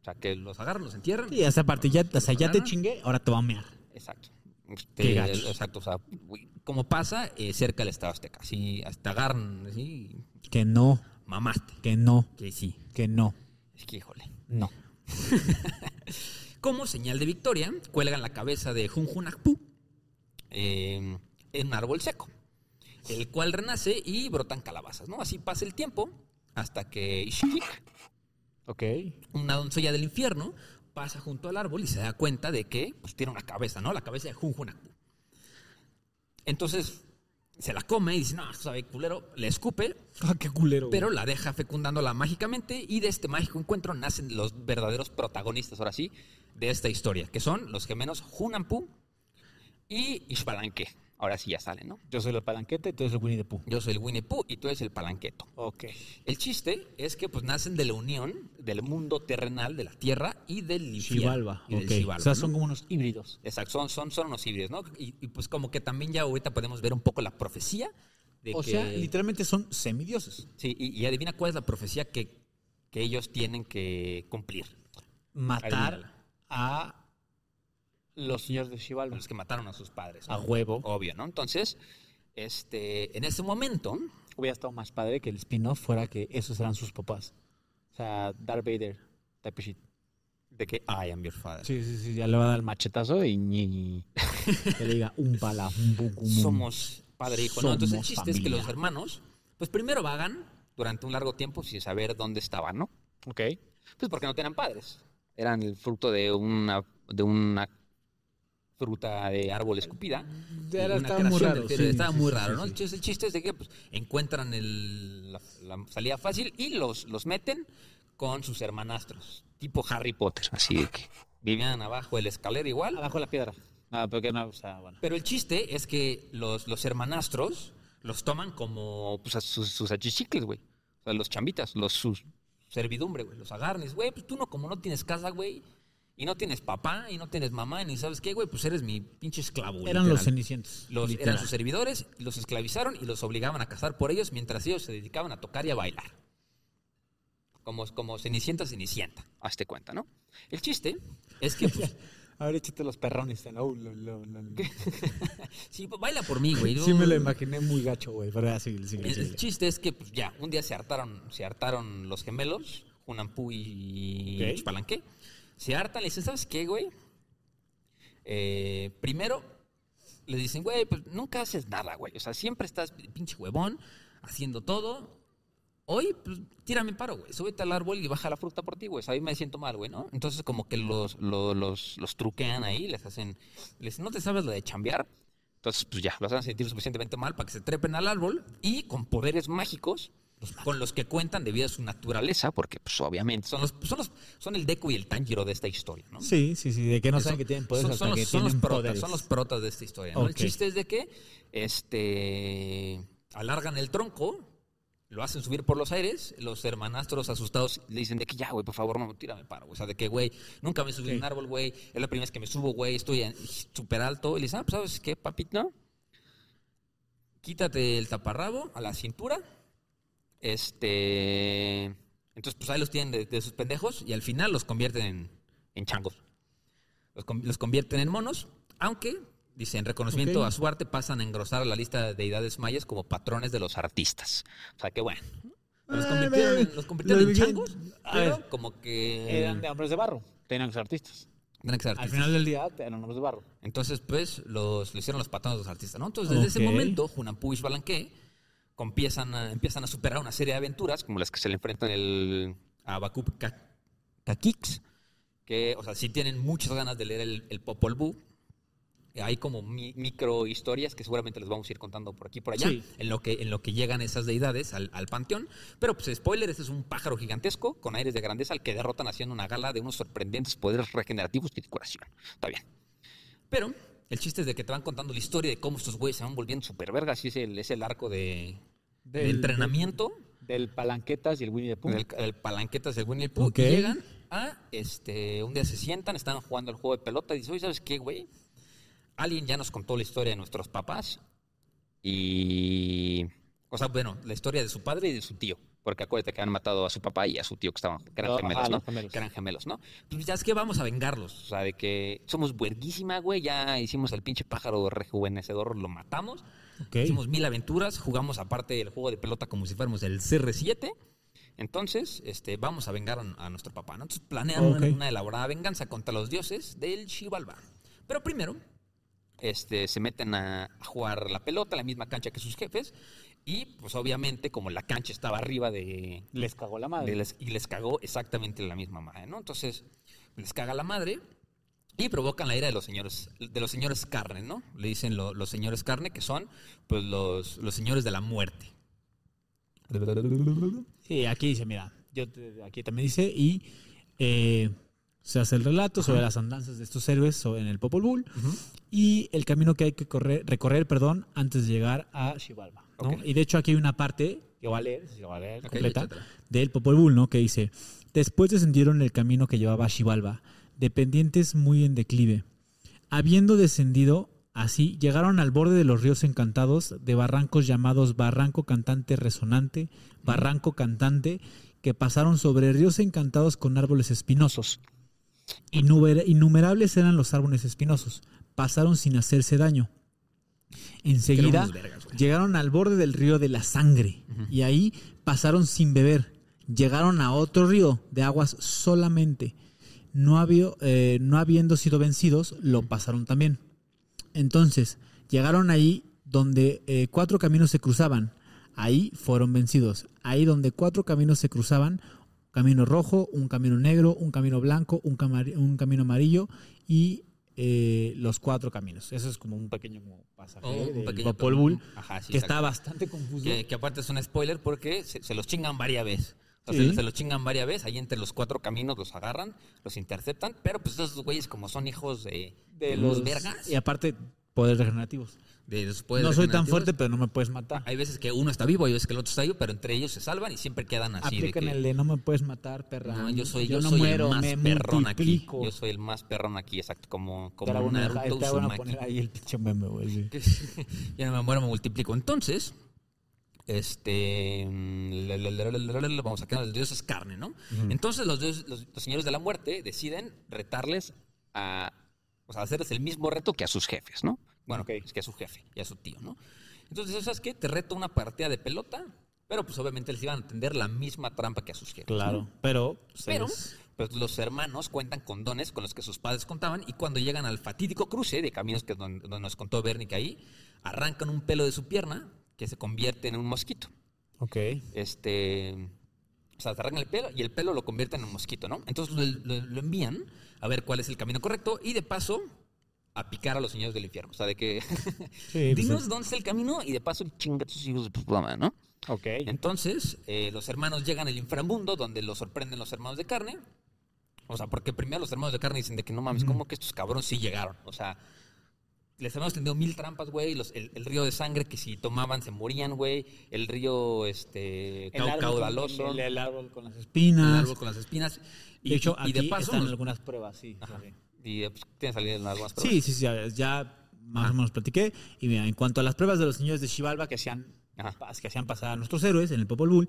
B: O sea, que los agarran, los entierran.
C: Y esa parte, ya, o sea, ya te
B: Ajá.
C: chingué, ahora te va a mear.
B: Exacto.
C: Qué
B: Este,
C: gachos.
B: exacto, o sea, güey, como pasa eh, cerca del Estado Azteca. Si hasta agarran, así,
C: Que no,
B: mamaste.
C: que no,
B: Que sí.
C: que no.
B: Es que, híjole.
C: No.
B: Como señal de victoria, cuelgan la cabeza de Junjunacpú eh, en un árbol seco, el cual renace y brotan calabazas, ¿no? Así pasa el tiempo hasta que Ishikik,
D: Ok.
B: una doncella del infierno, pasa junto al árbol y se da cuenta de que pues, tiene una cabeza, ¿no? La cabeza de Junjunacpú. Entonces se la come y dice, no, sabe, culero, le escupe,
C: Ah, qué culero.
B: pero la deja fecundándola mágicamente y de este mágico encuentro nacen los verdaderos protagonistas, ahora sí, de esta historia, que son los gemelos Hunampu y Ishbalanque. Ahora sí ya salen, ¿no?
D: Yo soy el palanquete, tú eres el Winnie the Pooh.
B: Yo soy el Winnie Pooh y tú eres el Palanqueto.
D: Ok.
B: El chiste es que pues nacen de la unión del mundo terrenal, de la tierra y del infierno.
C: Chivalba,
B: y del
C: ok.
B: Xibalba,
C: o sea,
B: ¿no?
C: son como unos
D: Híbridos.
B: Exacto, son, son, son unos híbridos, ¿no? Y, y, pues como que también ya ahorita podemos ver un poco la profecía de
C: O
B: que...
C: sea, literalmente son semidioses.
B: Sí, y, y adivina cuál es la profecía que, que ellos tienen que cumplir.
C: Matar
B: Adivínala.
C: a.
D: Los señores de Ah. Chivalba.
B: Los que mataron a sus padres. ¿no?
D: A huevo.
B: Obvio, ¿no? Entonces, este, en ese momento,
D: Hubiera estado más padre que el spin-off fuera que esos eran sus papás. O sea, Darth Vader, type of shit.
B: de que I am your father.
C: Sí, sí, sí, ya le va a dar
D: Al machetazo y ñi.
C: Que le diga un pala, un bu- bu- bu-
B: Somos padre e hijo, ¿no? Entonces, el
C: Somos
B: chiste es que
C: familia.
B: los hermanos, pues primero vagan durante un largo tiempo sin saber dónde estaban, ¿no?
D: Ok.
B: Pues porque no tenían padres. Eran el fruto de una, de una fruta de árbol escupida.
C: Ya era-
B: Una
C: estaba muy
B: creación
C: raro,
B: del cielo,
C: sí,
B: estaba
C: sí,
B: muy
C: sí,
B: raro,
C: sí,
B: ¿no?
C: sí.
B: Entonces el chiste es de que pues, encuentran el- la, la salida fácil y los, los meten con sus hermanastros, tipo Harry Potter, así de que vivían abajo de la escalera igual.
D: Abajo de la piedra. No,
C: Ah,
D: pero que no, o sea, bueno.
B: Pero el chiste es que los, los hermanastros los toman como pues, a sus, sus achichicles, güey. O sea, los chambitas, los sus servidumbre, güey. Los agarnes, güey. Pues tú no, como no tienes casa, güey. Y no tienes papá, y no tienes mamá, ni sabes qué, güey. Pues eres mi pinche esclavo.
C: Eran
B: literal.
C: los cenicientos.
B: Los,
C: literal.
B: eran sus servidores, los esclavizaron y los obligaban a cazar por ellos mientras ellos se dedicaban a tocar y a bailar. Como, como cenicienta, cenicienta. Hazte cuenta, ¿no? El chiste es que, pues,
D: A ver, échate los perrones. No, no, no,
B: sí, pues, baila por mí, güey.
C: Sí, me lo imaginé muy gacho, güey. Pero así, sí, sí,
B: El, el
C: sí.
B: chiste es que, pues, ya, un día se hartaron, se hartaron los gemelos, Junampú y
C: Ok.
B: Palanqué. Se hartan, le dicen, ¿sabes qué, güey? Eh, primero, le dicen, güey, pues nunca haces nada, güey. O sea, siempre estás pinche huevón, haciendo todo. Hoy, pues, tírame paro, güey. Súbete al árbol y baja la fruta por ti, güey. O sea, a mí me siento mal, güey, ¿no? Entonces, como que los, los, los, los truquean ahí, les hacen. Les, no te sabes lo de chambear. Entonces, pues ya, los hacen sentir suficientemente mal para que se trepen al árbol y con poderes mágicos con los que cuentan debido a su naturaleza, porque, pues, obviamente, son los, son los, son el Deku y el Tanjiro de esta historia, ¿no?
C: Sí, sí, sí, de que no
B: Son-
C: saben que tienen poderes
B: son,
C: hasta
B: son los,
C: que
B: son los
C: tienen
B: protas,
C: poderes.
B: son los protas de esta historia. ¿no?
C: Ok.
B: El chiste es de que este, alargan el tronco, lo hacen subir por los aires, los hermanastros asustados le dicen de que ya, güey, por favor, no, tírame paro. güey. O sea, de que, güey, nunca me subí a un árbol, güey, es la primera vez que me subo, güey, estoy en- súper alto. Y le dicen, ah, pues, ¿sabes qué, papito? Quítate el taparrabo a la cintura. Este. Entonces, pues ahí los tienen de, de sus pendejos y al final los convierten en, en changos. Los, con- los convierten en monos, aunque, dice, en reconocimiento
C: Ok.
B: a su arte pasan a engrosar la lista de deidades mayas como patrones de los artistas. O sea, que bueno. Los
C: Ah,
B: convirtieron
C: ve,
B: en, los convirtieron
C: lo
B: en
C: vi
B: changos,
C: bien. A
B: pero
C: ver.
B: como que...
D: Eran Eh, de hombres de barro. Tenían que ser artistas.
B: tenían que ser
D: Al
B: artistas.
D: final del día eran hombres de barro.
B: Entonces, pues, los, lo hicieron los patrones de los artistas, ¿no? Entonces, desde
C: Ok.
B: ese momento, Junampú y Xbalanqué empiezan a, empiezan a superar una serie de aventuras, como las que se le enfrentan el, a Bakú Ka- Kakix, que, o sea, sí tienen muchas ganas de leer el, el Popol Vuh, hay como mi- micro historias que seguramente les vamos a ir contando por aquí y por allá,
D: Sí.
B: en, lo que, en lo que llegan esas deidades al, al panteón. Pero pues spoiler, este es un pájaro gigantesco con aires de grandeza al que derrotan haciendo una gala de unos sorprendentes poderes regenerativos y de curación. Está bien. Pero el chiste es de que te van contando la historia de cómo estos güeyes se van volviendo super vergas y es el, es el arco de, de
D: Del-
B: entrenamiento
D: Del Palanquetas y el Winnie the Pooh.
B: el, el palanquetas del Winnie the Pooh.
C: Ok.
B: Y llegan a, este, un día se sientan, están jugando el juego de pelota y dicen, oye, ¿sabes qué, güey? Alguien ya nos contó la historia de nuestros papás y... O sea, bueno, la historia de su padre y de su tío. Porque acuérdate que han matado a su papá y a su tío que estaban, que eran
D: Ah,
B: gemelos,
D: los
B: ¿no?
D: gemelos.
B: Que eran gemelos, ¿no? Pues ya es que vamos a vengarlos. O sea, de que somos buerguísima, güey. Ya hicimos al pinche pájaro rejuvenecedor, lo matamos.
C: Ok.
B: Hicimos mil aventuras, jugamos aparte el juego de pelota como si fuéramos el CR7. Entonces, este, vamos a vengar a, a nuestro papá. ¿no? Entonces planean una-
C: Ok.
B: una, elaborada venganza contra los dioses del Shivalba. Pero primero, este, se meten a, a jugar la pelota, la misma cancha que sus jefes. Y pues obviamente, como la cancha estaba arriba de,
D: Les cagó la madre.
B: de les- y les cagó exactamente la misma madre, ¿no? Entonces, les caga la madre y provocan la ira de los señores, de los señores carne, ¿no? Le dicen lo- los señores carne, que son pues los, los señores de la muerte.
C: Sí, aquí dice, mira, yo te- aquí también dice, y eh, se hace el relato sobre las andanzas de estos héroes so- en el Popol Vuh y el camino que hay que correr, recorrer perdón, antes de llegar a Xibalba. ¿no?
B: Ok.
C: Y de hecho aquí hay una parte que va a leer, se va a leer
B: Ok,
C: completa,
B: échatela.
C: del Popol Vuh, ¿no? que dice, después descendieron el camino que llevaba a Xibalba, de pendientes muy en declive. Habiendo descendido así, llegaron al borde de los ríos encantados, de barrancos llamados Barranco Cantante Resonante, Barranco Cantante, que pasaron sobre ríos encantados con árboles espinosos. Inumer- innumerables eran los árboles espinosos. Pasaron sin hacerse daño.
B: Eran
C: Enseguida
B: unos vergas, güey.
C: llegaron al borde del río de la sangre y ahí pasaron sin beber. Llegaron a otro río de aguas solamente. No, habio- eh, no habiendo sido vencidos, lo pasaron también. Entonces, llegaron ahí donde eh, cuatro caminos se cruzaban. Ahí fueron vencidos. Ahí donde cuatro caminos se cruzaban, camino rojo, un camino negro, un camino blanco, un, camar- un camino amarillo y eh, los cuatro caminos. Eso es como un pequeño como pasaje
B: O Oh, un
C: del
B: pequeño-
C: Popol Vuh,
B: Ajá, sí,
C: que
B: exacto.
C: está bastante confuso.
B: Que, que aparte es un spoiler porque se, se los chingan varias veces. O sea,
C: Sí.
B: se, se los chingan varias veces. Ahí entre los cuatro caminos los agarran, los interceptan. Pero pues esos güeyes, como son hijos de, de los vergas,
C: Y aparte, poderes regenerativos.
B: de los poderes
C: no soy tan
B: regenerativos,
C: fuerte, pero no me puedes matar.
B: Hay veces que uno está vivo, hay veces que el otro está vivo, pero entre ellos se salvan y siempre quedan así. de
C: Aplican
B: que,
C: el de no me puedes matar, perra.
B: No, yo soy, yo
C: no
B: soy
C: muero,
B: el más
C: me
B: perrón
C: multiplico.
B: aquí. Yo soy el más perrón aquí, exacto. Como, como
C: Estaría bueno-
B: Naruto
C: estaría bueno
B: Uzumaki.
C: poner ahí el pinche meme, güey. sí.
B: Yo no me muero, me multiplico. Entonces, este. mm, la, la, la, la, la, la, la, Vamos a quedar los dioses carne, ¿no? Entonces, los, dios- los, los señores de la muerte deciden retarles a. O sea, hacerles el mismo reto que a sus jefes, ¿no? Bueno,
D: Ok.
B: es que a su jefe y a su tío, ¿no? Entonces, ¿sabes qué? Te reto una partida de pelota, pero pues obviamente les iban a tender la misma trampa que a sus jefes.
C: Claro, pero,
B: Pero
C: ¿sabes?
B: pues, los hermanos cuentan con dones con los que sus padres contaban y cuando llegan al fatídico cruce de caminos que don- donde nos contó Bernick ahí, arrancan un pelo de su pierna que se convierte en un mosquito.
C: Ok.
B: Este, o sea, se arrancan el pelo y el pelo lo convierten en un mosquito, ¿no? Entonces lo, lo- lo envían a ver cuál es el camino correcto y de paso a picar a los señores del infierno. O sea, de que
C: Sí, pues,
B: dinos dónde está el camino y de paso chinga a tus hijos de puta madre, ¿no?
D: Ok.
B: Entonces, eh, los hermanos llegan al inframundo donde los sorprenden los hermanos de carne. O sea, porque primero los hermanos de carne dicen de que no mames, ¿cómo que estos cabrones sí llegaron? O sea, les habíamos tendido mil trampas, güey. los- El, el río de sangre que si tomaban se morían, güey. El río este, cau-
D: árbol con-
B: caudaloso.
D: El, el árbol con las espinas.
B: el
C: espinas.
B: árbol con las espinas. Y,
C: Ah. De hecho,
B: y
C: aquí
B: de paso.
C: están
B: nos-
C: algunas pruebas, sí. sí,
B: Ajá.
C: sí.
B: Y eh, pues, tienen salida en algunas pruebas.
C: Sí, sí, sí, ya, ya más o menos platiqué. Y mira, en cuanto a las pruebas de los señores de Xibalba que hacían,
B: Ajá.
C: pas- que hacían pasar a nuestros héroes en el Popol Vuh,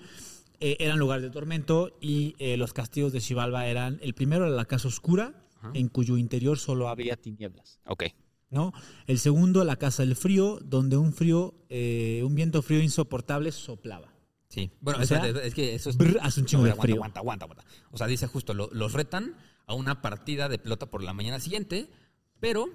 C: eh, eran lugares de tormento y eh, los castigos de Xibalba eran, el primero era la casa oscura, en cuyo interior solo había
D: Había tinieblas.
B: Ok.
C: ¿no? El segundo, la casa del frío, donde un frío, eh, un viento frío insoportable soplaba.
B: Sí. Bueno,
C: O sea,
B: espérate, es que eso es.
C: brr, hace un chingo
B: A ver,
C: de
B: aguanta,
C: frío.
B: Aguanta, aguanta, aguanta. O sea, dice justo, lo- los retan a una partida de pelota por la mañana siguiente, pero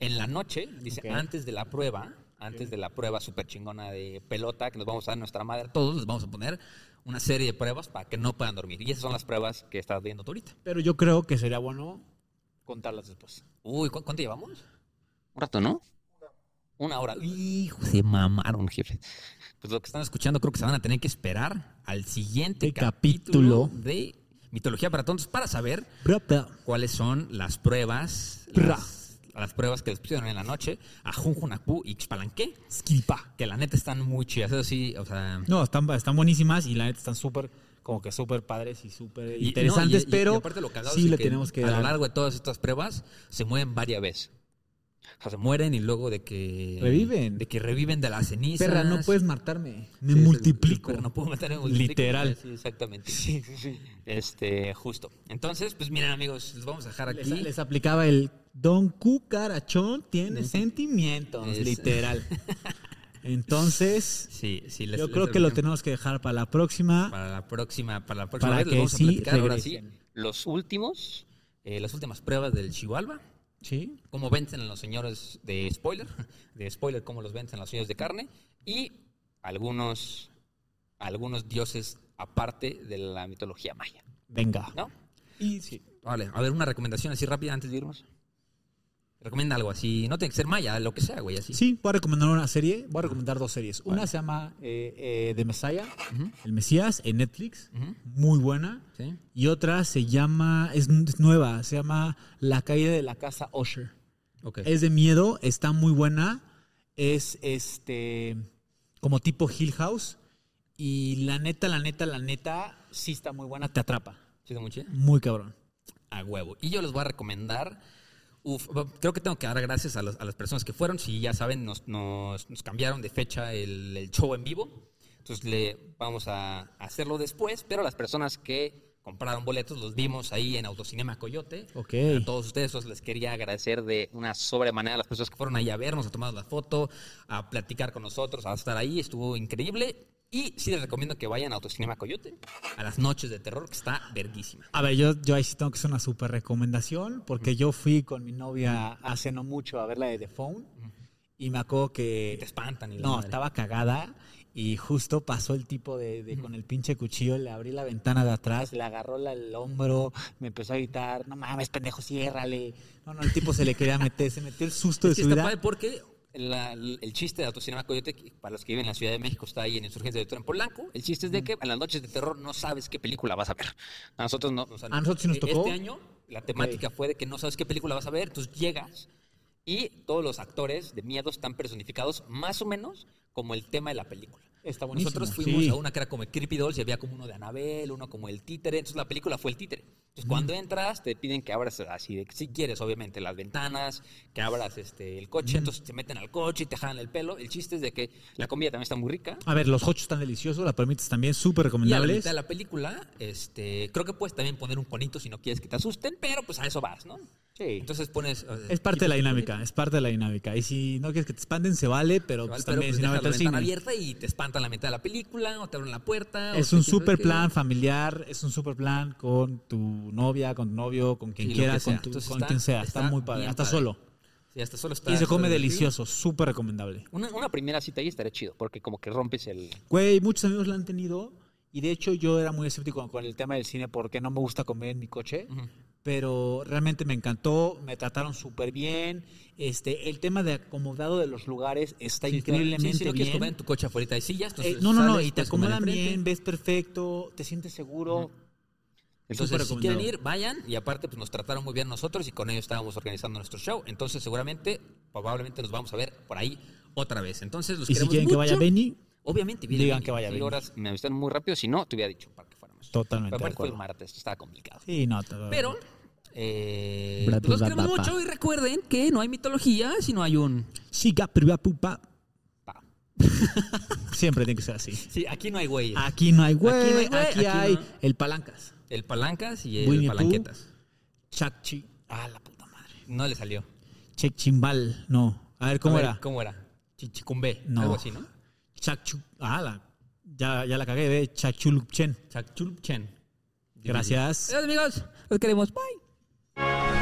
B: en la noche, dice, antes de la prueba, antes de la prueba super chingona de pelota que nos vamos a dar nuestra madre a todos, les vamos a poner una serie de pruebas para que no puedan dormir. Y esas son las pruebas que estás viendo tú ahorita.
C: Pero yo creo que sería bueno
D: Contarlas después.
B: Uy, ¿cu- ¿cuánto llevamos? Un rato, ¿no? Una hora. Hijo, se mamaron, jefe. Pues lo que están escuchando creo que se van a tener que esperar al siguiente
C: El
B: capítulo,
C: capítulo.
B: de Mitología para Tontos para saber
C: Bra, bra.
B: cuáles son las pruebas,
C: Bra.
B: las, las pruebas que les pusieron en la noche a Junjunacpú y Xpalanqué,
C: Skilpa.
B: que la neta están muy chidas. Eso sí, o sea...
C: No, están, están buenísimas y la neta están súper, como que súper padres y súper
B: Y-
C: interesantes,
B: no, y- y-
C: pero
B: y aparte lo cagado
C: sí
B: es
C: le
B: que
C: tenemos que
B: a lo
C: dar.
B: largo de todas estas pruebas se mueven varias veces. O sea, se mueren y luego de que
C: Reviven.
B: de que reviven de las cenizas.
C: Perra, no puedes matarme.
B: Sí,
C: Me
B: es el-
C: multiplico.
B: el perro, no puedo matar, me multiplico.
C: Literal.
B: Sí, exactamente. Este, justo. Entonces, pues miren, amigos, los vamos a dejar
C: Les,
B: aquí.
C: les aplicaba el Don Cucarachón tiene sentimientos,
B: Es-
C: literal. Entonces,
B: Sí, sí, les
C: yo
B: les
C: creo que lo
B: avisamos
C: tenemos que dejar para la próxima.
B: para la próxima, para la próxima
C: Para
B: vez les
C: que
B: vamos a
C: sí
B: platicar ahora sí
C: regresen.
B: los últimos eh, las últimas pruebas del Chihuahua.
C: Sí.
B: cómo vencen a los señores de spoiler, de spoiler, cómo los vencen a los señores de carne, y algunos, algunos dioses aparte de la mitología maya,
C: Venga.
B: ¿no?
C: Y sí.
B: Vale, a ver, una recomendación así rápida antes de irnos. Recomienda algo así, no tiene que ser maya, lo que sea, güey, así.
C: Sí, voy a recomendar una serie. Voy a recomendar dos series. Una se llama eh, eh, The Messiah, El Mesías, en Netflix.
B: Ujú.
C: Muy buena.
B: Sí.
C: Y otra se llama, es, n- es nueva, se llama La caída de la casa Usher.
B: Ok.
C: Es de miedo, está muy buena. Es este como tipo Hill House. Y la neta, la neta, la neta, sí está muy buena. Te atrapa.
B: ¿Sí está muy chida?
C: Muy cabrón.
B: A huevo. Y yo les voy a recomendar. Uf, creo que tengo que dar gracias a, los- a las personas que fueron. Si ya saben, nos, nos- nos cambiaron de fecha el, el show en vivo. Entonces le vamos a hacerlo después. Pero las personas que compraron boletos los vimos ahí en Autocinema Coyote.
C: Ok.
B: A todos ustedes os les quería agradecer de una sobremanera a las personas que fueron ahí a vernos, a tomar la foto, a platicar con nosotros, a estar ahí. Estuvo increíble. Y sí les recomiendo que vayan a Autocinema Coyote a las noches de terror, que está verguísima.
C: A ver, yo, yo ahí sí tengo que hacer una super recomendación, porque yo fui con mi novia hace no mucho a ver la de The Phone, y me acuerdo que...
B: Y te espantan y la
C: No,
B: madre.
C: estaba cagada, y justo pasó el tipo de, de con el pinche cuchillo, le abrí la ventana de atrás, le agarró la- el hombro, me empezó a gritar, no mames, pendejo, ciérrale. No, no, el tipo se le quería meter, se metió el susto
B: Es que
C: de su
B: está
C: vida.
B: padre porque la- el chiste de Autocinema Coyote, que para los que viven en la Ciudad de México, está ahí en Insurgencia de Toro en Polanco. El chiste
C: Mm.
B: es de que en las noches de terror no sabes qué película vas a ver. A nosotros no. o sea,
C: A nosotros sí nos
B: eh,
C: tocó.
B: Este año la temática fue de que no sabes qué película vas a ver, entonces llegas y todos los actores de miedo están personificados más o menos como el tema de la película.
C: Está buenísimo,
B: Nosotros fuimos
C: sí.
B: a una que era como Creepy Dolls y había como uno de Anabel, uno como el títere. Entonces la película fue el títere. Entonces cuando entras te piden que abras así, de, si quieres obviamente las ventanas, que abras este, el coche. Entonces te meten al coche y te jalan el pelo. El chiste es de que la comida también está muy rica.
C: A ver, los hochos están deliciosos, la permites también, súper
B: Y a la
C: recomendables.
B: mitad de la película, este, creo que puedes también poner un conito si no quieres que te asusten, pero pues a eso vas, ¿no?
D: Sí.
B: Entonces pones... eh, o sea,
C: Es parte de la dinámica, es parte de la dinámica. Y si no quieres que te expanden, se vale, pero
B: Pero pues
C: pues, también si no
B: dejas
C: metes
B: la ventana
C: cine.
B: abierta y te espantan la mitad de la película o te abren la puerta. o
C: Es
B: te-
C: un
B: quién sabe
C: super
B: qué.
C: plan familiar, es un super plan con tu novia, con tu novio, con quien
B: Sí, lo que
C: quieras,
B: sea.
C: con, tu-
B: Entonces
C: con
B: está-
C: quien sea. Está,
B: está
C: muy padre,
B: bien
C: hasta
B: padre.
C: solo.
B: Sí, hasta solo está-
C: Y se
B: está
C: come
B: divertido.
C: delicioso, súper recomendable.
B: Una, una primera cita ahí estaría chido, porque como que rompes el...
C: Güey, muchos amigos la han tenido y de hecho yo era muy escéptico con, con el tema del cine porque no me gusta comer en mi coche, pero realmente me encantó, me trataron súper bien. Este, el tema de acomodado de los lugares está increíblemente
B: Sí, si no quieres
C: bien.
B: comer en tu coche afuera hay sillas,
C: Eh,
B: entonces
C: no, no,
B: sales,
C: no,
B: pues,
C: y te
B: puedes comer
C: acomodan
B: enfrente.
C: bien, ves perfecto, te sientes seguro.
B: Entonces,
C: Súper
B: si quieren ir,
C: recomendado.
B: vayan. Y aparte, pues nos trataron muy bien nosotros y con ellos estábamos organizando nuestro show. Entonces, seguramente, probablemente nos vamos a ver por ahí otra vez. Entonces, los
C: Y si
B: Pues queremos
C: quieren que vaya
B: mucho.
C: Benny,
B: Obviamente,
C: Digan que vaya
B: bien.
C: Benny.
B: horas me avisaron muy rápido, si no, te hubiera dicho para que fuéramos.
C: Totalmente
B: Pero
C: de
B: aparte fue el
C: acuerdo.
B: martes, estaba complicado.
C: Sí, no, te-
B: Pero, eh,
C: Bla,
B: pues, los
C: bla,
B: queremos
C: bla, bla.
B: mucho y recuerden que no hay mitología, sino hay un...
C: Chica, priva, pupa.
B: pa.
C: Siempre tiene que ser así.
B: Sí, aquí no hay güey.
C: Aquí no hay güey,
B: Aquí
C: aquí,
B: no hay güey, aquí
C: hay
B: no.
C: el palancas.
B: El palancas y el
C: Winnie Pooh.
B: palanquetas.
C: Chacchi. Ah, la puta madre.
B: No le salió.
C: Chechimbal, no. A ver, ¿cómo
B: A ver,
C: era?
B: ¿Cómo era? Chichicumbé.
C: No.
B: Algo así, ¿no?
C: Chacchu. Ah, la. Ya, ya la cagué, ve. Chachulupchen.
B: Chachulchen.
C: Gracias.
B: Adiós, amigos. Los queremos. Bye.